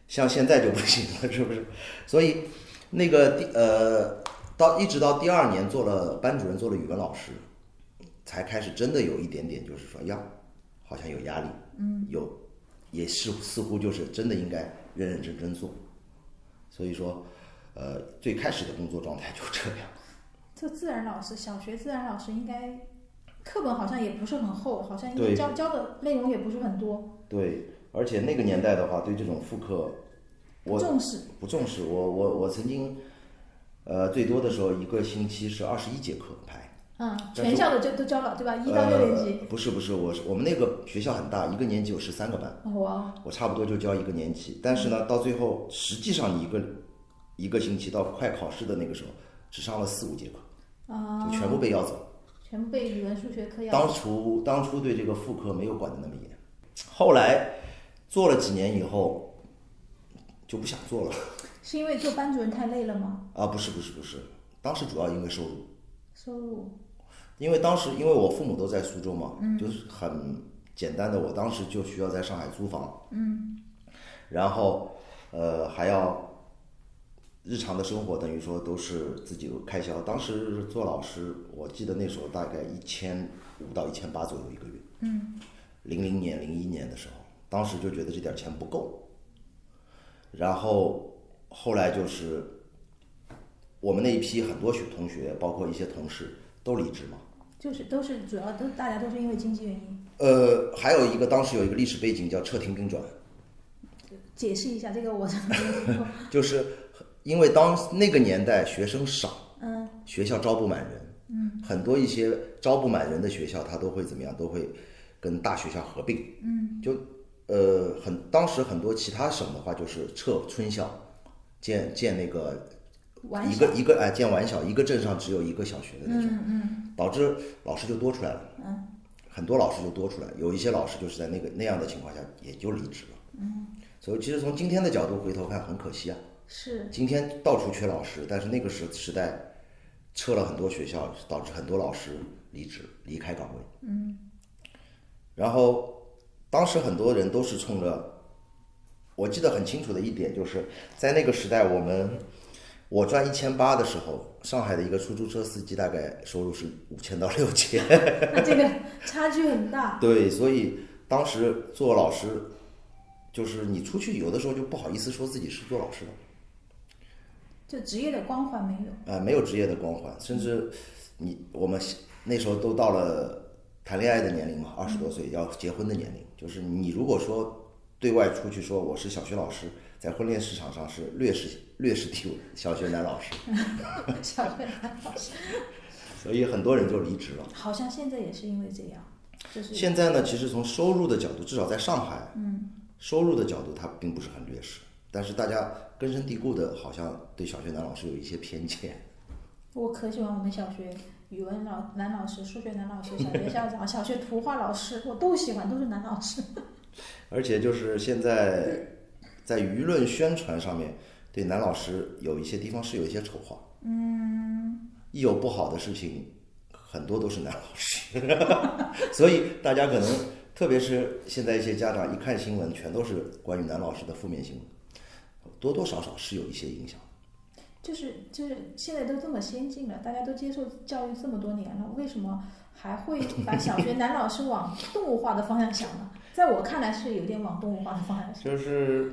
Speaker 2: 像现在就不行了，是不是？所以那个第呃，到一直到第二年做了班主任，做了语文老师，才开始真的有一点点，就是说呀，好像有压力，嗯，有也是似乎就是真的应该认认真真做。所以说，呃，最开始的工作状态就这样。
Speaker 3: 做自然老师，小学自然老师应该课本好像也不是很厚，好像
Speaker 2: 对
Speaker 3: 教教的内容也不是很多，
Speaker 2: 对，而且那个年代的话，对这种复课，
Speaker 3: 不
Speaker 2: 我
Speaker 3: 重视。
Speaker 2: 不重视。我我我曾经，呃，最多的时候一个星期是二十一节课排。
Speaker 3: 嗯，
Speaker 2: 但是
Speaker 3: 全校的就都教了，对吧？啊一到六年级。
Speaker 2: 呃、不是不是，我是我们那个学校很大，一个年级有十三个班，
Speaker 3: 哦哇，
Speaker 2: 我差不多就教一个年级。但是呢，到最后实际上你一个一个星期到快考试的那个时候，只上了四五节课，
Speaker 3: 啊、
Speaker 2: 就全部被要走。
Speaker 3: 全部被语文、数学课要。
Speaker 2: 当初当初对这个复课没有管得那么严，后来做了几年以后就不想做了。
Speaker 3: 是因为做班主任太累了吗？
Speaker 2: 啊，不是不是不是，当时主要因为收入，
Speaker 3: 收入
Speaker 2: 因为当时因为我父母都在苏州嘛，就是很简单的，我当时就需要在上海租房，嗯，然后呃还要日常的生活等于说都是自己开销。当时做老师，我记得那时候大概一千五到一千八左右一个月，嗯，零零年零一年的时候，当时就觉得这点钱不够，然后后来就是我们那一批很多学同学，包括一些同事都离职嘛。
Speaker 3: 就是都是主要都大家都是因为经济原因。
Speaker 2: 呃，还有一个当时有一个历史背景叫撤停并转，
Speaker 3: 解释一下这个我真的没听过。
Speaker 2: 就是因为当那个年代学生少，
Speaker 3: 嗯，
Speaker 2: 学校招不满人，嗯，很多一些招不满人的学校，它都会怎么样？都会跟大学校合并，嗯，就呃很当时很多其他省的话就是撤村校，建建那个
Speaker 3: 玩
Speaker 2: 一
Speaker 3: 小
Speaker 2: 个一个哎建完小，一个镇上只有一个小学的那种，导致老师就多出来了，很多老师就多出来，有一些老师就是在那个那样的情况下也就离职了，所以其实从今天的角度回头看很可惜啊，
Speaker 3: 是
Speaker 2: 今天到处缺老师，但是那个时时代撤了很多学校，导致很多老师离职离开岗位，嗯，然后当时很多人都是冲着。我记得很清楚的一点就是，在那个时代，我们我赚一千八的时候，上海的一个出租车司机大概收入是五千到六千。
Speaker 3: 那这个 差距很大。
Speaker 2: 对，所以当时做老师，就是你出去有的时候就不好意思说自己是做老师的，
Speaker 3: 就职业的光环没有。
Speaker 2: 呃，没有职业的光环，甚至你我们那时候都到了谈恋爱的年龄嘛，二十多岁要结婚的年龄，就是你如果说对外出去说我是小学老师，在婚恋市场上是 劣势劣势地位，小学男老师，
Speaker 3: 小学男老师，
Speaker 2: 所以很多人就离职了。
Speaker 3: 好像现在也是因为这样，就是
Speaker 2: 现在呢，其实从收入的角度，至少在上海，嗯，收入的角度它并不是很劣势，但是大家根深蒂固的，好像对小学男老师有一些偏见。
Speaker 3: 我可喜欢我们小学语文老男老师、数学男老师、小学校长、小学图画老师，我都喜欢，都是男老师。
Speaker 2: 而且就是现在在舆论宣传上面，对男老师有一些地方是有一些丑化。嗯，一有不好的事情，很多都是男老师， 所以大家可能，特别是现在一些家长一看新闻，全都是关于男老师的负面新闻，多多少少是有一些影响。
Speaker 3: 就是就是现在都这么先进了，大家都接受教育这么多年了，为什么还会把小学男老师往动物化的方向想呢？在我看来是有点往动物化的方向想。
Speaker 2: 就是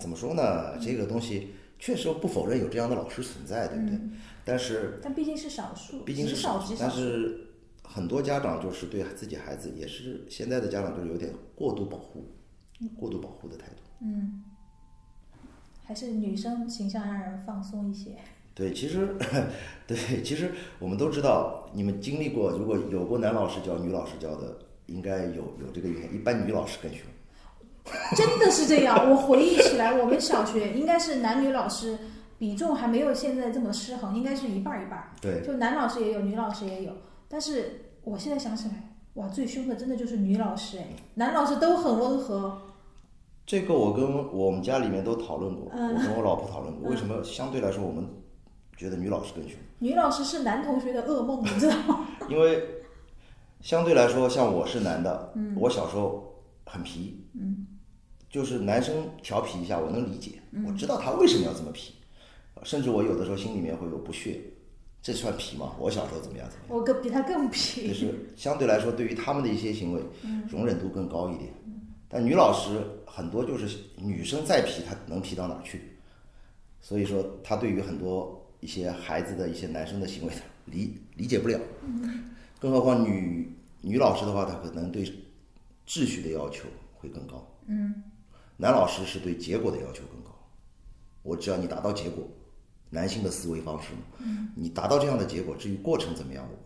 Speaker 2: 怎么说呢，这个东西确实不否认有这样的老师存在，对不对？但是
Speaker 3: 但毕竟是少数，
Speaker 2: 毕竟是
Speaker 3: 极少
Speaker 2: 少
Speaker 3: 极少
Speaker 2: 数，但
Speaker 3: 数。
Speaker 2: 是很多家长就是对自己孩子，也是现在的家长就是有点过度保护，过度保护的态度。
Speaker 3: 嗯，还是女生形象让人放松一些。
Speaker 2: 对，其实，对，其实我们都知道，你们经历过，如果有过男老师教、女老师教的，应该有有这个影响。一般女老师更凶，
Speaker 3: 真的是这样，我回忆起来，我们小学应该是男女老师比重还没有现在这么失衡，应该是一半儿一半儿，
Speaker 2: 对，
Speaker 3: 就男老师也有，女老师也有。但是我现在想起来，哇，最凶的真的就是女老师，哎，男老师都很温和。
Speaker 2: 这个我跟我们家里面都讨论过，
Speaker 3: 嗯
Speaker 2: 我跟我老婆讨论过，为什么相对来说我们觉得女老师更凶？
Speaker 3: 女老师是男同学的噩梦，你知道吗？
Speaker 2: 因为相对来说，像我是男的，我小时候很皮，就是男生调皮一下，我能理解，我知道他为什么要这么皮，甚至我有的时候心里面会有不屑，这算皮吗？我小时候怎么样怎么样？
Speaker 3: 我跟比他更
Speaker 2: 就
Speaker 3: 皮，
Speaker 2: 是相对来说，对于他们的一些行为，容忍度更高一点。但女老师很多就是女生再皮，她能皮到哪儿去？所以说，她对于很多一些孩子的一些男生的行为，她理理解不了。更何况女女老师的话，她可能对秩序的要求会更高。嗯，男老师是对结果的要求更高。我只要你达到结果，男性的思维方式嘛，你达到这样的结果，至于过程怎么样，我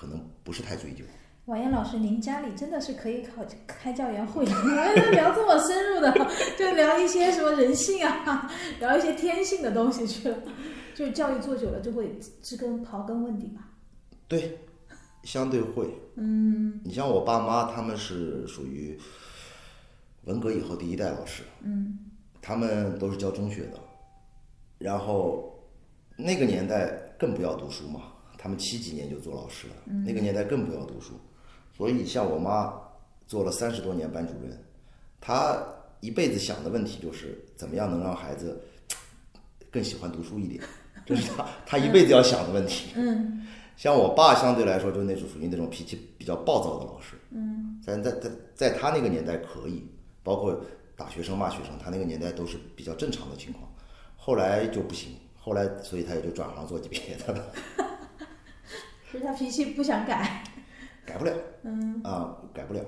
Speaker 2: 可能不是太追究。
Speaker 3: 婉言老师，您家里真的是可以考开教研会的， 我们都聊这么深入的， 就聊一些什么人性啊， 聊一些天性的东西去了。就是教育做久了就会知根刨根问底吧。
Speaker 2: 对，相对会。嗯，你像我爸妈，他们是属于文革以后第一代老师。嗯，他们都是教中学的，然后那个年代更不要读书嘛，他们七几年就做老师了，那个年代更不要读书，所以像我妈做了三十多年班主任，她一辈子想的问题就是怎么样能让孩子更喜欢读书一点，这是她她一辈子要想的问题。
Speaker 3: 嗯，
Speaker 2: 像我爸相对来说，就那种属于那种脾气比较暴躁的老师。嗯，但在在在他那个年代可以，包括打学生骂学生，他那个年代都是比较正常的情况。后来就不行，后来所以他也就转行做别的了，
Speaker 3: 就是他脾气不想改。
Speaker 2: 改不了。嗯，啊，改不了。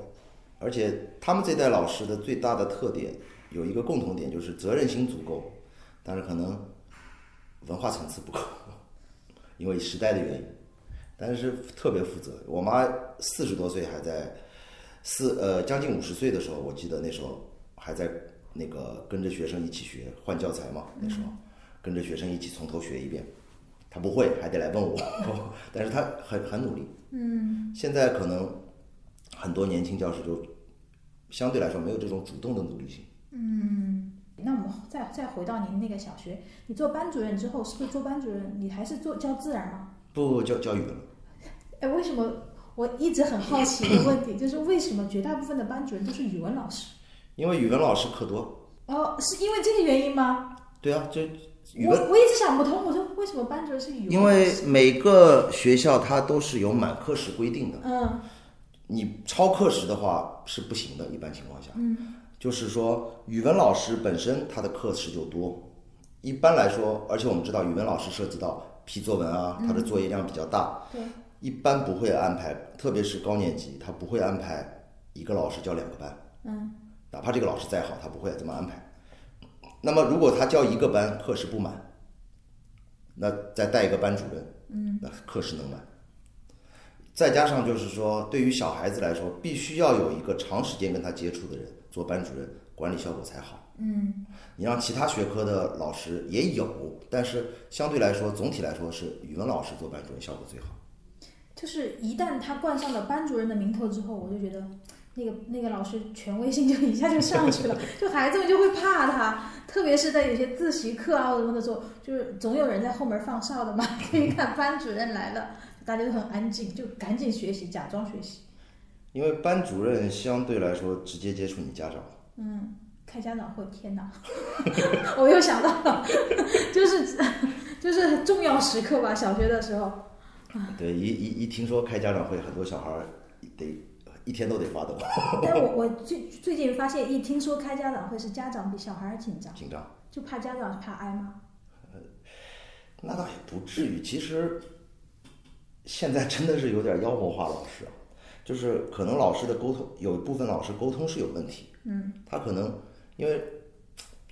Speaker 2: 而且他们这代老师的最大的特点有一个共同点，就是责任心足够，但是可能文化层次不够， 因为时代的原因。但是特别负责。我妈四十多岁还在四呃将近五十岁的时候，我记得那时候还在那个跟着学生一起学换教材嘛，那时候跟着学生一起从头学一遍。她不会，还得来问我， 但是她很很努力。嗯，现在可能很多年轻教师就相对来说没有这种主动的努力性。
Speaker 3: 那我们再再回到您那个小学，你做班主任之后，是不是做班主任？你还是做教自然吗？
Speaker 2: 不教教育了，
Speaker 3: 哎，为什么我一直很好奇一个问题， 就是为什么绝大部分的班主任都是语文老师？
Speaker 2: 因为语文老师课多。
Speaker 3: 哦，是因为这个原因吗？
Speaker 2: 对啊，就语
Speaker 3: 我
Speaker 2: 文
Speaker 3: 我一直想不通，我说为什么班主任是语文
Speaker 2: 因
Speaker 3: 老师？
Speaker 2: 为每个学校它都是有满课时规定的，
Speaker 3: 嗯
Speaker 2: 你超课时的话是不行的，一般情况下。嗯，就是说语文老师本身他的课时就多，一般来说，而且我们知道语文老师涉及到批作文啊，他的作业量比较大，
Speaker 3: 对，
Speaker 2: 一般不会安排，特别是高年级，他不会安排一个老师教两个班。
Speaker 3: 嗯，
Speaker 2: 哪怕这个老师再好，他不会这么安排。那么如果他教一个班课时不满，那再带一个班主任，嗯，那课时能满。再加上就是说，对于小孩子来说，必须要有一个长时间跟他接触的人做班主任，管理效果才好。
Speaker 3: 嗯
Speaker 2: 你让其他学科的老师也有，但是相对来说，总体来说是语文老师做班主任效果最好。
Speaker 3: 就是一旦他冠上了班主任的名头之后，我就觉得那个那个老师权威性就一下就上去了， 就孩子们就会怕他，特别是在有些自习课啊或者什么的时候，就是总有人在后门放哨的嘛， 一看班主任来了，大家都很安静，就赶紧学习，假装学习，
Speaker 2: 因为班主任相对来说直接接触你家长，
Speaker 3: 开家长会，天哪， 我又想到了， 就是 就是重要时刻吧，小学的时候，
Speaker 2: 对，一一一听说开家长会，很多小孩儿得一天都得发抖，
Speaker 3: 但我我最最近发现，一听说开家长会是家长比小孩儿紧张，
Speaker 2: 紧张。
Speaker 3: 就怕家长怕挨骂。
Speaker 2: 那倒也不至于，其实现在真的是有点妖魔化老师啊，就是可能老师的沟通有一部分老师沟通是有问题，嗯，他可能因为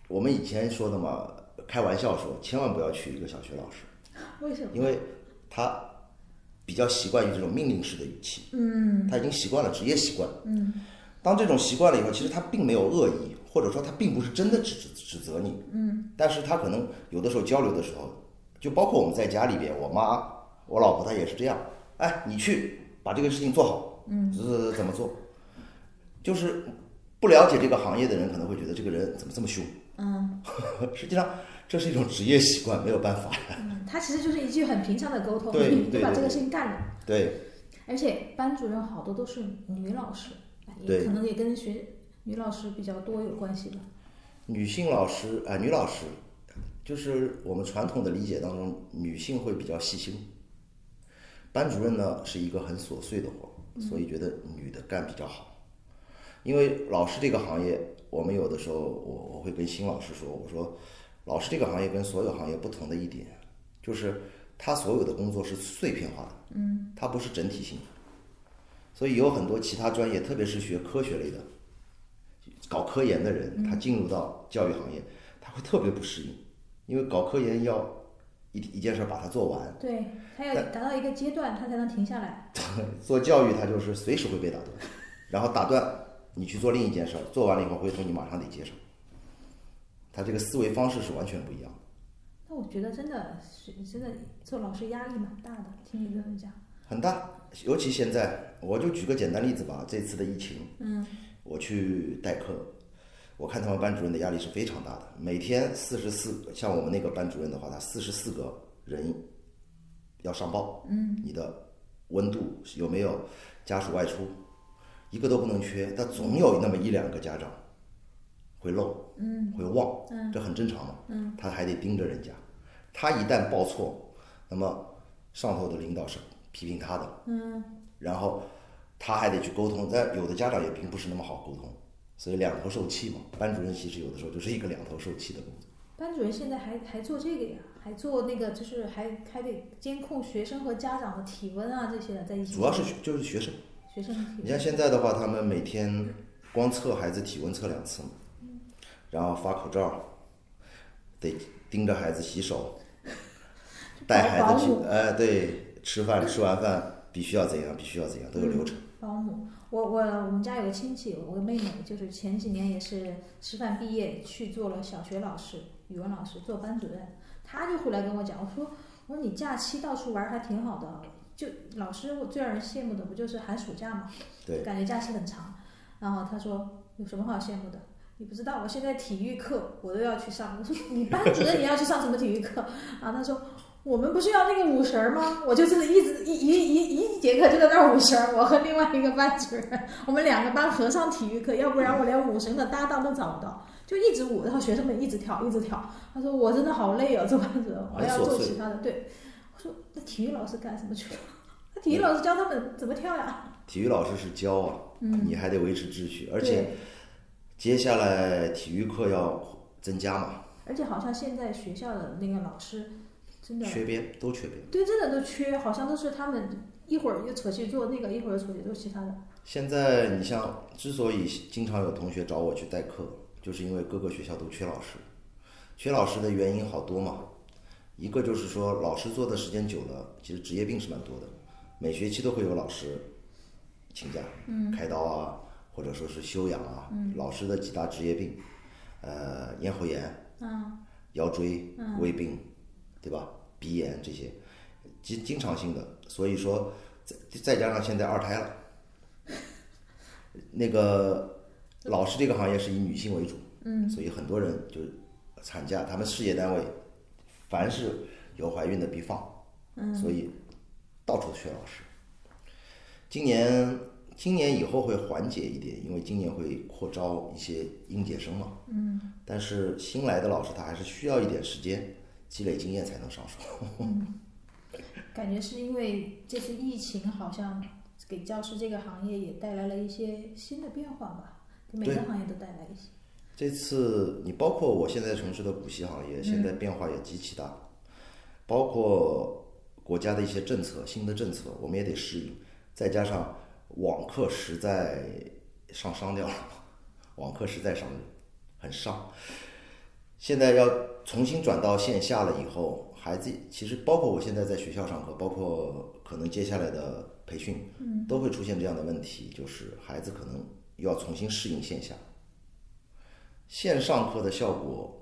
Speaker 2: 我们以前说的嘛，开玩笑说千万不要娶一个小学老师，
Speaker 3: 为什么？
Speaker 2: 因为他比较习惯于这种命令式的语气，
Speaker 3: 嗯
Speaker 2: 他已经习惯了职业习惯。
Speaker 3: 嗯
Speaker 2: 当这种习惯了以后，其实他并没有恶意，或者说他并不是真的指指指责你，
Speaker 3: 嗯，
Speaker 2: 但是他可能有的时候交流的时候，就包括我们在家里边，我妈、我老婆她也是这样，哎，你去把这个事情做好，嗯，怎怎么做，就是不了解这个行业的人可能会觉得这个人怎么这么凶，
Speaker 3: 嗯，
Speaker 2: 实际上这是一种职业习惯，没有办法，
Speaker 3: 他嗯其实就是一句很平常的沟通，
Speaker 2: 对
Speaker 3: 你
Speaker 2: 对
Speaker 3: 把
Speaker 2: 对
Speaker 3: 这个
Speaker 2: 对
Speaker 3: 事情干了。
Speaker 2: 对
Speaker 3: 而且班主任好多都是女老师，也
Speaker 2: 对
Speaker 3: 可能也跟学女老师比较多有关系吧。
Speaker 2: 女性老师啊、女老师，就是我们传统的理解当中，女性会比较细心。班主任呢是一个很琐碎的活儿，所以觉得女的干比较好。因为老师这个行业，我们有的时候我我会跟新老师说，我说老师这个行业跟所有行业不同的一点，就是他所有的工作是碎片化的，嗯，它不是整体性的。所以有很多其他专业，特别是学科学类的，搞科研的人，他进入到教育行业，他会特别不适应，因为搞科研要一一件事儿把它做完，
Speaker 3: 对他要达到一个阶段，他才能停下来。
Speaker 2: 做教育它就是随时会被打断，然后打断你去做另一件事儿，做完了以后回头你马上得接上，他这个思维方式是完全不一样的。
Speaker 3: 那我觉得真的是真的做老师压力蛮大的，听你这么讲，
Speaker 2: 很大，尤其现在，我就举个简单例子吧。这次的疫情，
Speaker 3: 嗯，
Speaker 2: 我去代课，我看他们班主任的压力是非常大的，每天四十四，像我们那个班主任的话，他四十四个人要上报，嗯，你的温度有没有家属外出，一个都不能缺，但总有那么一两个家长会漏，嗯，会忘，嗯，这很正常嘛，嗯，他还得盯着人家，他一旦报错，那么上头的领导是批评他的，
Speaker 3: 嗯，
Speaker 2: 然后他还得去沟通，但有的家长也并不是那么好沟通，所以两头受气嘛。班主任其实有的时候就是一个两头受气的工作。
Speaker 3: 班主任现在还还做这个呀，还做那个，就是还还得监控学生和家长的体温啊这些的，在一起。
Speaker 2: 主要是学就是学生，
Speaker 3: 学生的体温。
Speaker 2: 你像现在的话，他们每天光测孩子体温测两次嘛，然后发口罩，得盯着孩子 洗手，带孩子去
Speaker 3: 保姆，
Speaker 2: 哎，对，吃饭吃完饭必须要怎样，必须要怎样，都有流程。
Speaker 3: 保姆，我我我们家有个亲戚，我个妹妹，就是前几年也是师范毕业，去做了小学老师、语文老师，做班主任。她就回来跟我讲，我说我说你假期到处玩儿还挺好的，就老师我最让人羡慕的不就是寒暑假嘛，
Speaker 2: 对
Speaker 3: 感觉假期很长。然后她说有什么好羡慕的？你不知道，我现在体育课我都要去上。我说 你班主任也要去上什么体育课啊？她说我们不是要那个舞绳儿吗？我就是一直一一一一节课就在那儿舞绳儿，我和另外一个班主任， 我们两个班合上体育课，要不然我连舞绳的搭档都找不到，就一直舞，然后学生们一直跳，一直跳。他说我真的好累哦， 做班主任，我要做其他的。对，我说那体育老师干什么去了？那体育老师教他们怎么跳呀？
Speaker 2: 体育老师是教啊，
Speaker 3: 嗯
Speaker 2: 你还得维持秩序，而且
Speaker 3: 对，
Speaker 2: 接下来体育课要增加嘛，
Speaker 3: 而且好像现在学校的那个老师真的啊
Speaker 2: 缺编都缺编。
Speaker 3: 对真的都缺，好像都是他们一会儿又扯去做那个，一会儿又扯去做其他的。
Speaker 2: 现在你像，之所以经常有同学找我去代课，就是因为各个学校都缺老师，缺老师的原因好多嘛。一个就是说，老师做的时间久了，其实职业病是蛮多的，每学期都会有老师请假、开刀啊，或者说是休养啊，老师的几大职业病。呃，咽喉炎、
Speaker 3: 嗯
Speaker 2: 腰椎、胃病，对吧？鼻炎这些，经经常性的，所以说再再加上现在二胎了，那个老师这个行业是以女性为主，嗯，所以很多人就是产假，他们事业单位凡是有怀孕的必放，嗯，所以到处缺老师。今年今年以后会缓解一点，因为今年会扩招一些应届生嘛，嗯，但是新来的老师他还是需要一点时间积累经验才能上手。
Speaker 3: 感觉是因为这次疫情好像给教师这个行业也带来了一些新的变化吧，给每个
Speaker 2: 对
Speaker 3: 行业都带来一些。
Speaker 2: 这次你包括我现在从事的补习行业，现在变化也极其大，包括国家的一些政策、新的政策，我们也得适应。再加上网课实在上伤掉了，网课实在上很伤。现在要重新转到线下了以后，孩子其实包括我现在在学校上课，包括可能接下来的培训，都会出现这样的问题，就是孩子可能又要重新适应线下。线上课的效果，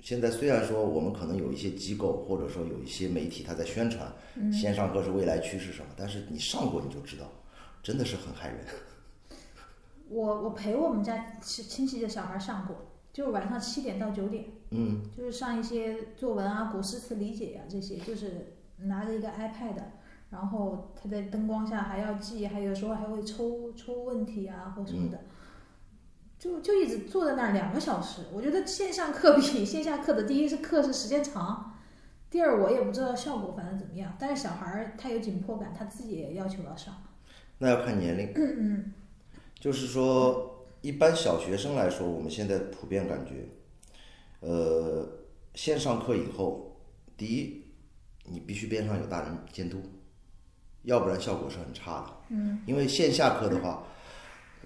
Speaker 2: 现在虽然说我们可能有一些机构或者说有一些媒体他在宣传、线上课是未来趋势什么，但是你上过你就知道，真的是很害人。
Speaker 3: 我我陪我们家亲亲戚的小孩上过，就是晚上七点到九点，嗯，就是上一些作文啊、古诗词理解啊这些，就是拿着一个 iPad，然后他在灯光下还要记，还有时候还会抽抽问题啊或什么的，就就一直坐在那儿两个小时。我觉得线上课比线下课的，第一是课是时间长。第二，我也不知道效果反正怎么样，但是小孩儿他有紧迫感，他自己也要求要上。
Speaker 2: 那要看年龄，就是说，一般小学生来说，我们现在普遍感觉，呃，线上课以后，第一，你必须边上有大人监督，要不然效果是很差的。嗯，因为线下课的话，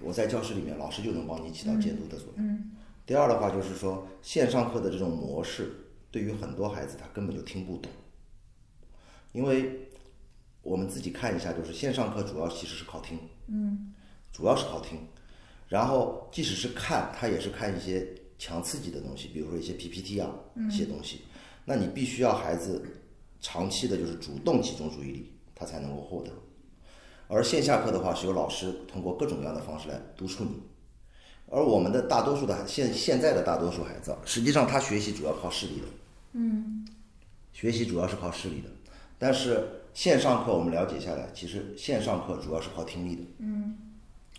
Speaker 2: 我在教室里面，老师就能帮你起到监督的作用。第二的话就是说，线上课的这种模式，对于很多孩子他根本就听不懂，因为我们自己看一下，就是线上课主要其实是靠听，嗯，主要是靠听，然后即使是看，他也是看一些强刺激的东西，比如说一些 PPT 啊，一些东西，那你必须要孩子长期的就是主动集中注意力，他才能够获得。而线下课的话，是由老师通过各种各样的方式来督促你，而我们的大多数的孩现现在的大多数孩子啊，实际上他学习主要靠视力的，嗯，学习主要是靠视力的，但是线上课我们了解下来，其实线上课主要是靠听力的，嗯，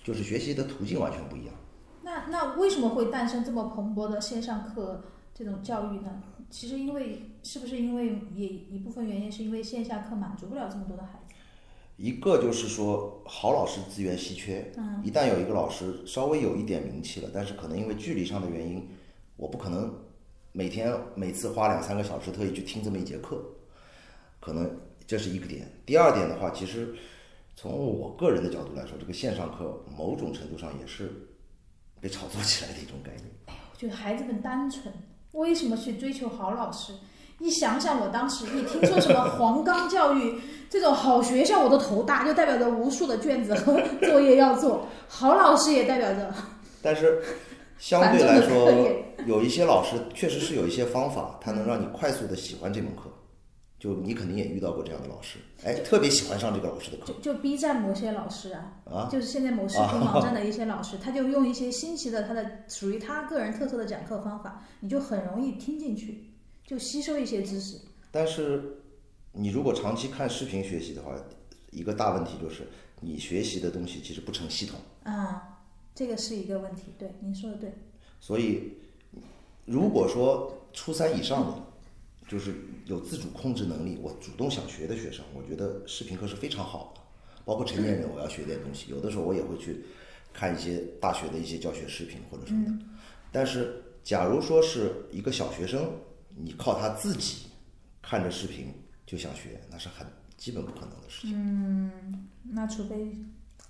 Speaker 2: 就是学习的途径完全不一样。
Speaker 3: 那那为什么会诞生这么蓬勃的线上课这种教育呢？其实因为是不是因为也一部分原因是因为线下课满足不了这么多的孩子？
Speaker 2: 一个就是说，好老师资源稀缺，一旦有一个老师稍微有一点名气了，但是可能因为距离上的原因，我不可能每天每次花两三个小时特意去听这么一节课，可能这是一个点。第二点的话，其实从我个人的角度来说，这个线上课某种程度上也是被炒作起来的一种概念。
Speaker 3: 哎我觉得孩子们单纯，为什么去追求好老师？一想想我当时一听说什么黄冈教育这种好学校，我都头大，就代表着无数的卷子和作业要做，好老师也代表着
Speaker 2: 但是相对来
Speaker 3: 繁重的课
Speaker 2: 说，有一些老师确实是有一些方法，他能让你快速的喜欢这门课。就你肯定也遇到过这样的老师，哎，特别喜欢上这个老师的课
Speaker 3: 就就 B 站某些老师啊，就是现在某视频网站的一些老师，他就用一些新奇的他的属于他个人特色的讲课方法，你就很容易听进去，就吸收一些知识。
Speaker 2: 但是你如果长期看视频学习的话，一个大问题就是你学习的东西其实不成系统。
Speaker 3: 啊，这个是一个问题。对，您说的对。
Speaker 2: 所以，如果说初三以上的，就是有自主控制能力，我主动想学的学生，我觉得视频课是非常好的。包括成年人，我要学点东西，有的时候我也会去看一些大学的一些教学视频或者什么的。但是，假如说是一个小学生，你靠他自己看着视频就想学，那是很基本不可能的事情。
Speaker 3: 那除非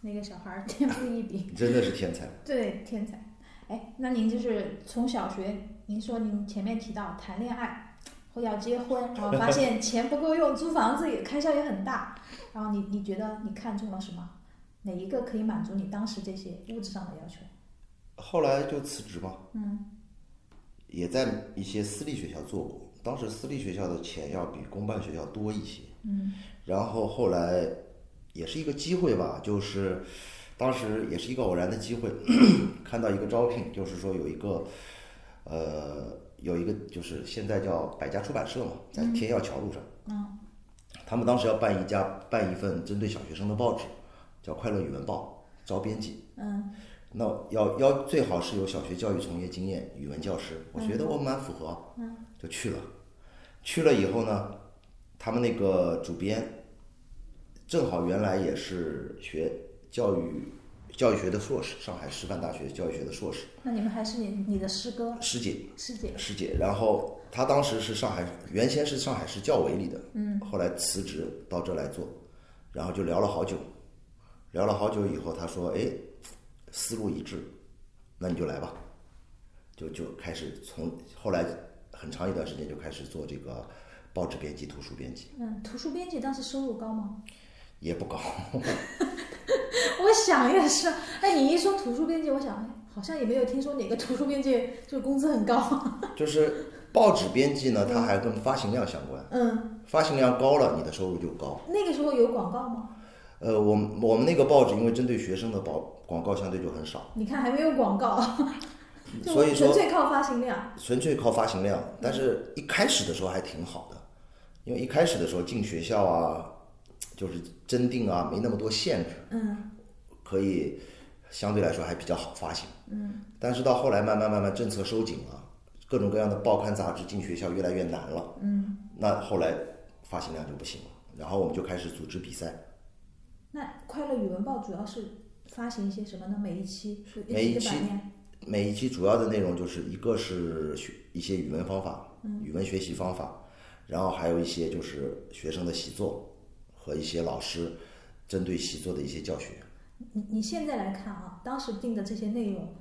Speaker 3: 那个小孩儿天赋异禀，
Speaker 2: 你真的是天才。
Speaker 3: 对，天才。哎，那您就是从小学，您说您前面提到谈恋爱，后要结婚，然后发现钱不够用，租房子也开销也很大，然后你你觉得你看中了什么？哪一个可以满足你当时这些物质上的要求？
Speaker 2: 后来就辞职嘛。嗯。也在一些私立学校做过。当时私立学校的钱要比公办学校多一些，
Speaker 3: 嗯，
Speaker 2: 然后后来也是一个机会吧，就是当时也是一个偶然的机会，看到一个招聘，就是说有一个呃有一个就是现在叫百家出版社嘛，在天耀桥路上，
Speaker 3: 嗯，
Speaker 2: 他们当时要办一家办一份针对小学生的报纸，叫《快乐语文报》，招编辑。
Speaker 3: 嗯
Speaker 2: 那要要最好是有小学教育从业经验，语文教师，我觉得我蛮符合，
Speaker 3: 嗯，
Speaker 2: 就去了。去了以后呢，他们那个主编正好原来也是学教育教育学的硕士，上海师范大学教育学的硕士，
Speaker 3: 那你们还是你你的师哥
Speaker 2: 师姐
Speaker 3: 师姐，
Speaker 2: 师姐。然后她当时是上海，原先是上海市教委里的，
Speaker 3: 嗯，
Speaker 2: 后来辞职到这来做，然后就聊了好久，聊了好久以后，她说：“哎，思路一致，那你就来吧。”就就开始从后来很长一段时间就开始做这个报纸编辑、图书编辑，
Speaker 3: 嗯，图书编辑当时收入高吗？
Speaker 2: 也不高。
Speaker 3: 我想也是，哎，你一说图书编辑，我想哎好像也没有听说哪个图书编辑就工资很高，
Speaker 2: 就是报纸编辑呢，它还跟发行量相关，
Speaker 3: 嗯，
Speaker 2: 发行量高了，你的收入就高。
Speaker 3: 那个时候有广告吗？
Speaker 2: 呃，我们我们那个报纸因为针对学生的报广告相对就很少。
Speaker 3: 你看还没有广告，就
Speaker 2: 所以
Speaker 3: 纯
Speaker 2: 说
Speaker 3: 粹靠发行量，
Speaker 2: 纯粹靠发行量，但是一开始的时候还挺好的，因为一开始的时候进学校啊，就是征订啊，没那么多限制，
Speaker 3: 嗯
Speaker 2: 可以相对来说还比较好发行。
Speaker 3: 嗯
Speaker 2: 但是到后来慢慢慢慢政策收紧了，各种各样的报刊杂志进学校越来越难了，
Speaker 3: 嗯，
Speaker 2: 那后来发行量就不行了，然后我们就开始组织比赛，
Speaker 3: 那快乐语文报主要是发行一些什么呢？每一期是
Speaker 2: 每
Speaker 3: 一
Speaker 2: 一
Speaker 3: 期的
Speaker 2: 期
Speaker 3: 版面，
Speaker 2: 每一期主要的内容就是一个是学一些语文方法，语文学习方法，然后还有一些就是学生的习作和一些老师针对习作的一些教学。
Speaker 3: 你你现在来看啊，当时定的这些内容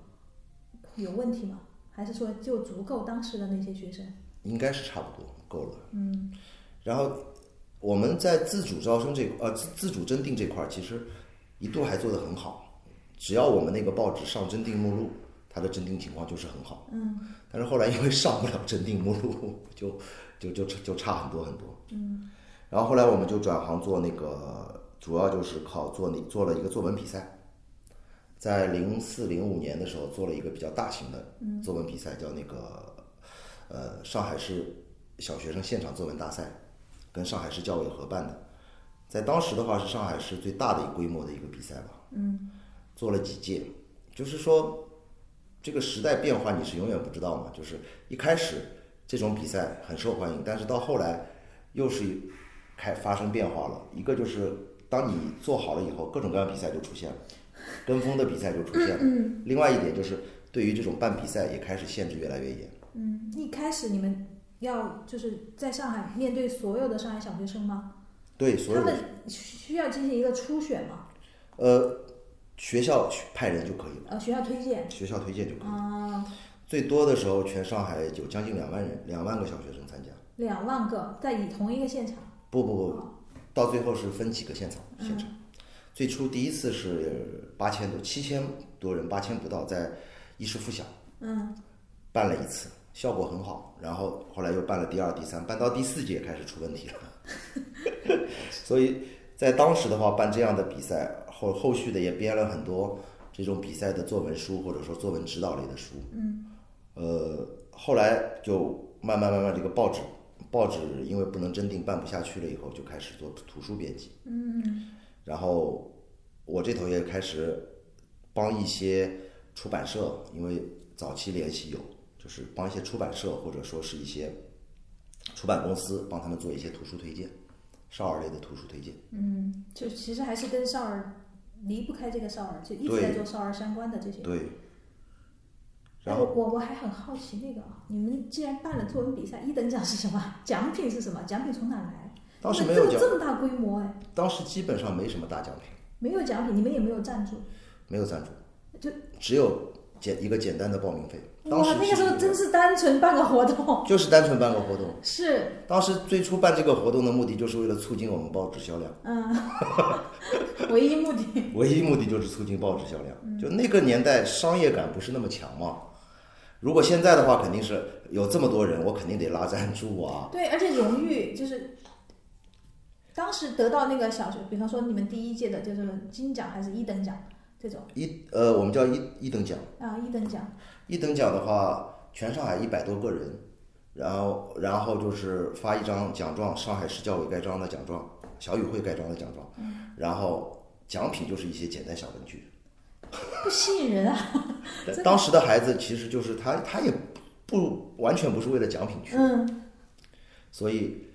Speaker 3: 有问题吗？还是说就足够当时的那些学生？
Speaker 2: 应该是差不多够了。
Speaker 3: 嗯，
Speaker 2: 然后我们在自主招生这呃自自主征订这块儿，其实一度还做得很好。只要我们那个报纸上征订目录，它的征订情况就是很好。
Speaker 3: 嗯，
Speaker 2: 但是后来因为上不了征订目录， 就就就就差很多很多。嗯，然后后来我们就转行做那个，主要就是靠做那做了一个作文比赛。在零四零五年的时候，做了一个比较大型的
Speaker 3: 嗯
Speaker 2: 作文比赛，叫那个呃上海市小学生现场作文大赛，跟上海市教委合办的。在当时的话，是上海市最大的一规模的一个比赛吧。嗯，做了几届，就是说这个时代变化你是永远不知道嘛。就是一开始这种比赛很受欢迎，但是到后来又是开发生变化了。一个就是当你做好了以后，各种各样的比赛就出现了，跟风的比赛就出现了。另外一点就是，对于这种办比赛也开始限制越来越严。
Speaker 3: 嗯，一开始你们要就是在上海面对所有的上海小学生吗？
Speaker 2: 对，所
Speaker 3: 他
Speaker 2: 有的
Speaker 3: 们需要进行一个初选吗？
Speaker 2: 呃，学校去派人就可以了，
Speaker 3: 呃，学校推荐
Speaker 2: 学校推荐就可以。
Speaker 3: 啊，
Speaker 2: 最多的时候，全上海有将近两万人，两万个小学生参加。
Speaker 3: 两、万个在以同一个现场，
Speaker 2: 不不不，到最后是分几个现场，现场。最初第一次是八千多，七千多人，八千不到，在一师附小
Speaker 3: 嗯
Speaker 2: 办了一次，效果很好。然后后来又办了第二、第三，办到第四届开始出问题了。 所以在当时的话，办这样的比赛，后后续的也编了很多这种比赛的作文书，或者说作文指导类的书。
Speaker 3: 嗯
Speaker 2: 呃，后来就慢慢慢慢这个报纸，报纸因为不能征订办不下去了以后，就开始做图书编辑，
Speaker 3: 嗯
Speaker 2: 然后我这头也开始帮一些出版社，因为早期联系有，就是帮一些出版社或者说是一些出版公司帮他们做一些图书推荐，少儿类的图书推荐。
Speaker 3: 嗯，就其实还是跟少儿离不开这个少儿，就一直
Speaker 2: 对
Speaker 3: 在做少儿相关的这些。
Speaker 2: 对，
Speaker 3: 哎，
Speaker 2: 然
Speaker 3: 我
Speaker 2: 后
Speaker 3: 我我还很好奇那个啊，你们既然办了作文比赛，一等奖是什么？奖品是什么？奖品从哪来？
Speaker 2: 当时
Speaker 3: 你们
Speaker 2: 没有
Speaker 3: 这么
Speaker 2: 奖，
Speaker 3: 这么大规模哎，
Speaker 2: 当时基本上没什么大奖品，
Speaker 3: 没有奖品，你们也没有赞助。
Speaker 2: 没有赞助，
Speaker 3: 就
Speaker 2: 只有简一个简单的报名费。当时
Speaker 3: 哇，那个
Speaker 2: 是
Speaker 3: 时
Speaker 2: 一
Speaker 3: 候真是单纯办个活动，
Speaker 2: 就是单纯办个活动。
Speaker 3: 是，
Speaker 2: 当时最初办这个活动的目的，就是为了促进我们报纸销量，
Speaker 3: 嗯， 唯一目的，嗯
Speaker 2: 唯一目的就是促进报纸销量。就那个年代，商业感不是那么强嘛，如果现在的话，肯定是有这么多人，我肯定得拉赞助啊。
Speaker 3: 对，而且荣誉就是当时得到那个小学，比方说你们第一届的就是金奖还是一等奖这种
Speaker 2: 一呃，我们叫一一等奖，
Speaker 3: 啊，一等奖，
Speaker 2: 一等奖的话，全上海一百多个人，然后然后就是发一张奖状，上海市教委盖章的奖状，小与会盖章的奖状，然后奖品就是一些简单小文具。
Speaker 3: 不吸引人啊。
Speaker 2: 当时的孩子其实就是他，他也不完全不是为了奖品去，
Speaker 3: 嗯，
Speaker 2: 所以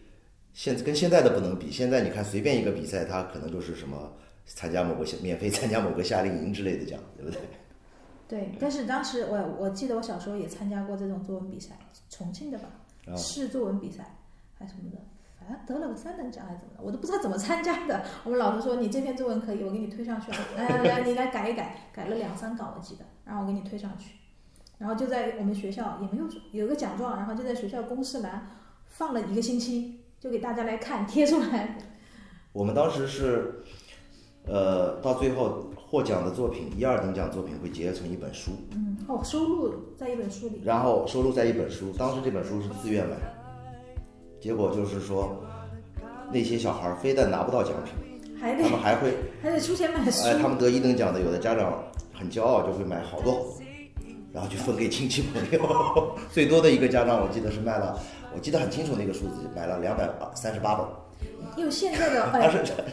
Speaker 2: 现跟现在的不能比。现在你看，随便一个比赛，他可能就是什么参加某个夏免费参加某个夏令营之类的奖，对不对？
Speaker 3: 对。但是当时我我记得我小时候也参加过这种作文比赛，重庆的吧，
Speaker 2: 啊
Speaker 3: 市作文比赛还是什么的。反正得了个三等奖还是怎么的，我都不知道怎么参加的。 我们老师说你这篇作文可以，我给你推上去啊， 来来来，你来改一改，改了两三稿我记得，然后我给你推上去。然后就在我们学校也没有有一个奖状，然后就在学校公示栏放了一个星期，就给大家来看贴出来。
Speaker 2: 我们当时是，呃，到最后获奖的作品，一二等奖作品会结成一本书，
Speaker 3: 嗯，哦，收录在一本书里。
Speaker 2: 然后收录在一本书。当时这本书是自愿买，结果就是说，那些小孩儿非但拿不到奖品，
Speaker 3: 还
Speaker 2: 他们
Speaker 3: 得
Speaker 2: 还会
Speaker 3: 还得出钱买书。
Speaker 2: 哎，他们得一等奖的，有的家长很骄傲，就会买好多好多，然后就分给亲戚朋友。 最多的一个家长，我记得是卖了，我记得很清楚那个数字，买了两百三十八本。
Speaker 3: 用现在的
Speaker 2: 但是
Speaker 3: 哎，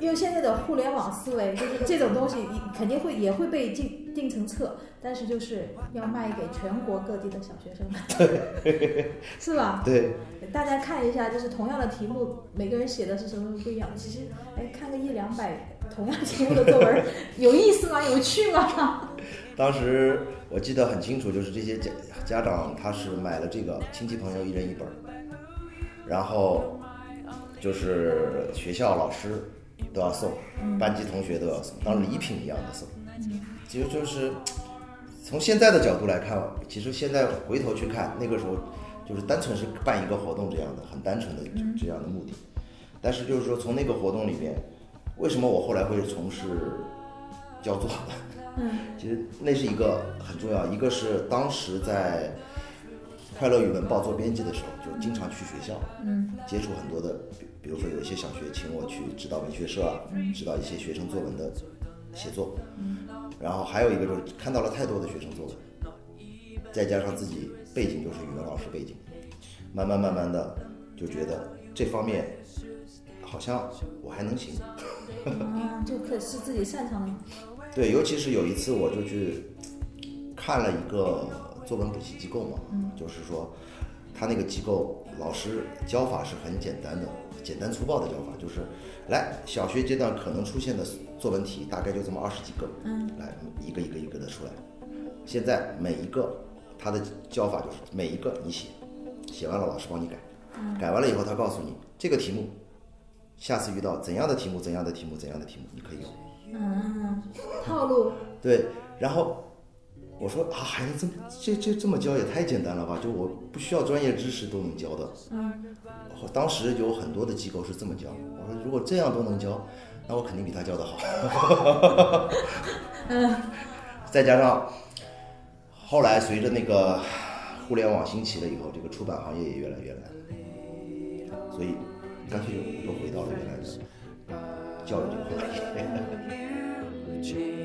Speaker 3: 用现在的互联网思维，就是 这种东西你肯定会也会被定定成册，但是就是要卖给全国各地的小学生， 是吧？
Speaker 2: 对，
Speaker 3: 大家看一下，就是同样的题目，每个人写的是什么不一样。其实，哎，看个一两百同样题目的作文，有意思吗？有趣吗？
Speaker 2: 当时我记得很清楚，就是这些家家长他是买了这个，亲戚朋友一人一本儿，然后就是学校老师都要送，班级同学都要送，当礼品一样的送。其实就是从现在的角度来看，其实现在回头去看，那个时候就是单纯是办一个活动这样的，很单纯的这样的目的。但是就是说，从那个活动里面，为什么我后来会从事教做？
Speaker 3: 嗯
Speaker 2: 其实那是一个很重要，一个是当时在《快乐语文报》做编辑的时候，就经常去学校
Speaker 3: 嗯
Speaker 2: 接触很多的，比比如说有一些小学请我去指导文学社啊，指导一些学生作文的写作，然后还有一个就是看到了太多的学生作文，再加上自己背景就是语文老师背景，慢慢慢慢的就觉得这方面好像我还能行。
Speaker 3: 啊，就可是自己擅长的。
Speaker 2: 对，尤其是有一次我就去看了一个作文补习机构嘛，就是说他那个机构老师教法是很简单的，简单粗暴的教法，就是来小学阶段可能出现的作文题大概就这么二十几个，
Speaker 3: 嗯，
Speaker 2: 来一个一个一个的出来。现在每一个他的教法就是每一个你写，写完了老师帮你改，改完了以后他告诉你这个题目。下次遇到怎样的题目，怎样的题目，怎样的题目，你可以用。
Speaker 3: 嗯，套路。
Speaker 2: 对，然后我说啊，孩子这么这这这么教也太简单了吧？就我不需要专业知识都能教的。
Speaker 3: 嗯
Speaker 2: 我当时有很多的机构是这么教，我说如果这样都能教，那我肯定比他教的好。
Speaker 3: 嗯
Speaker 2: 再加上后来随着那个互联网兴起了以后，这个出版行业也越来越难，所以干脆又又回到了原来的教育这个行业。
Speaker 4: you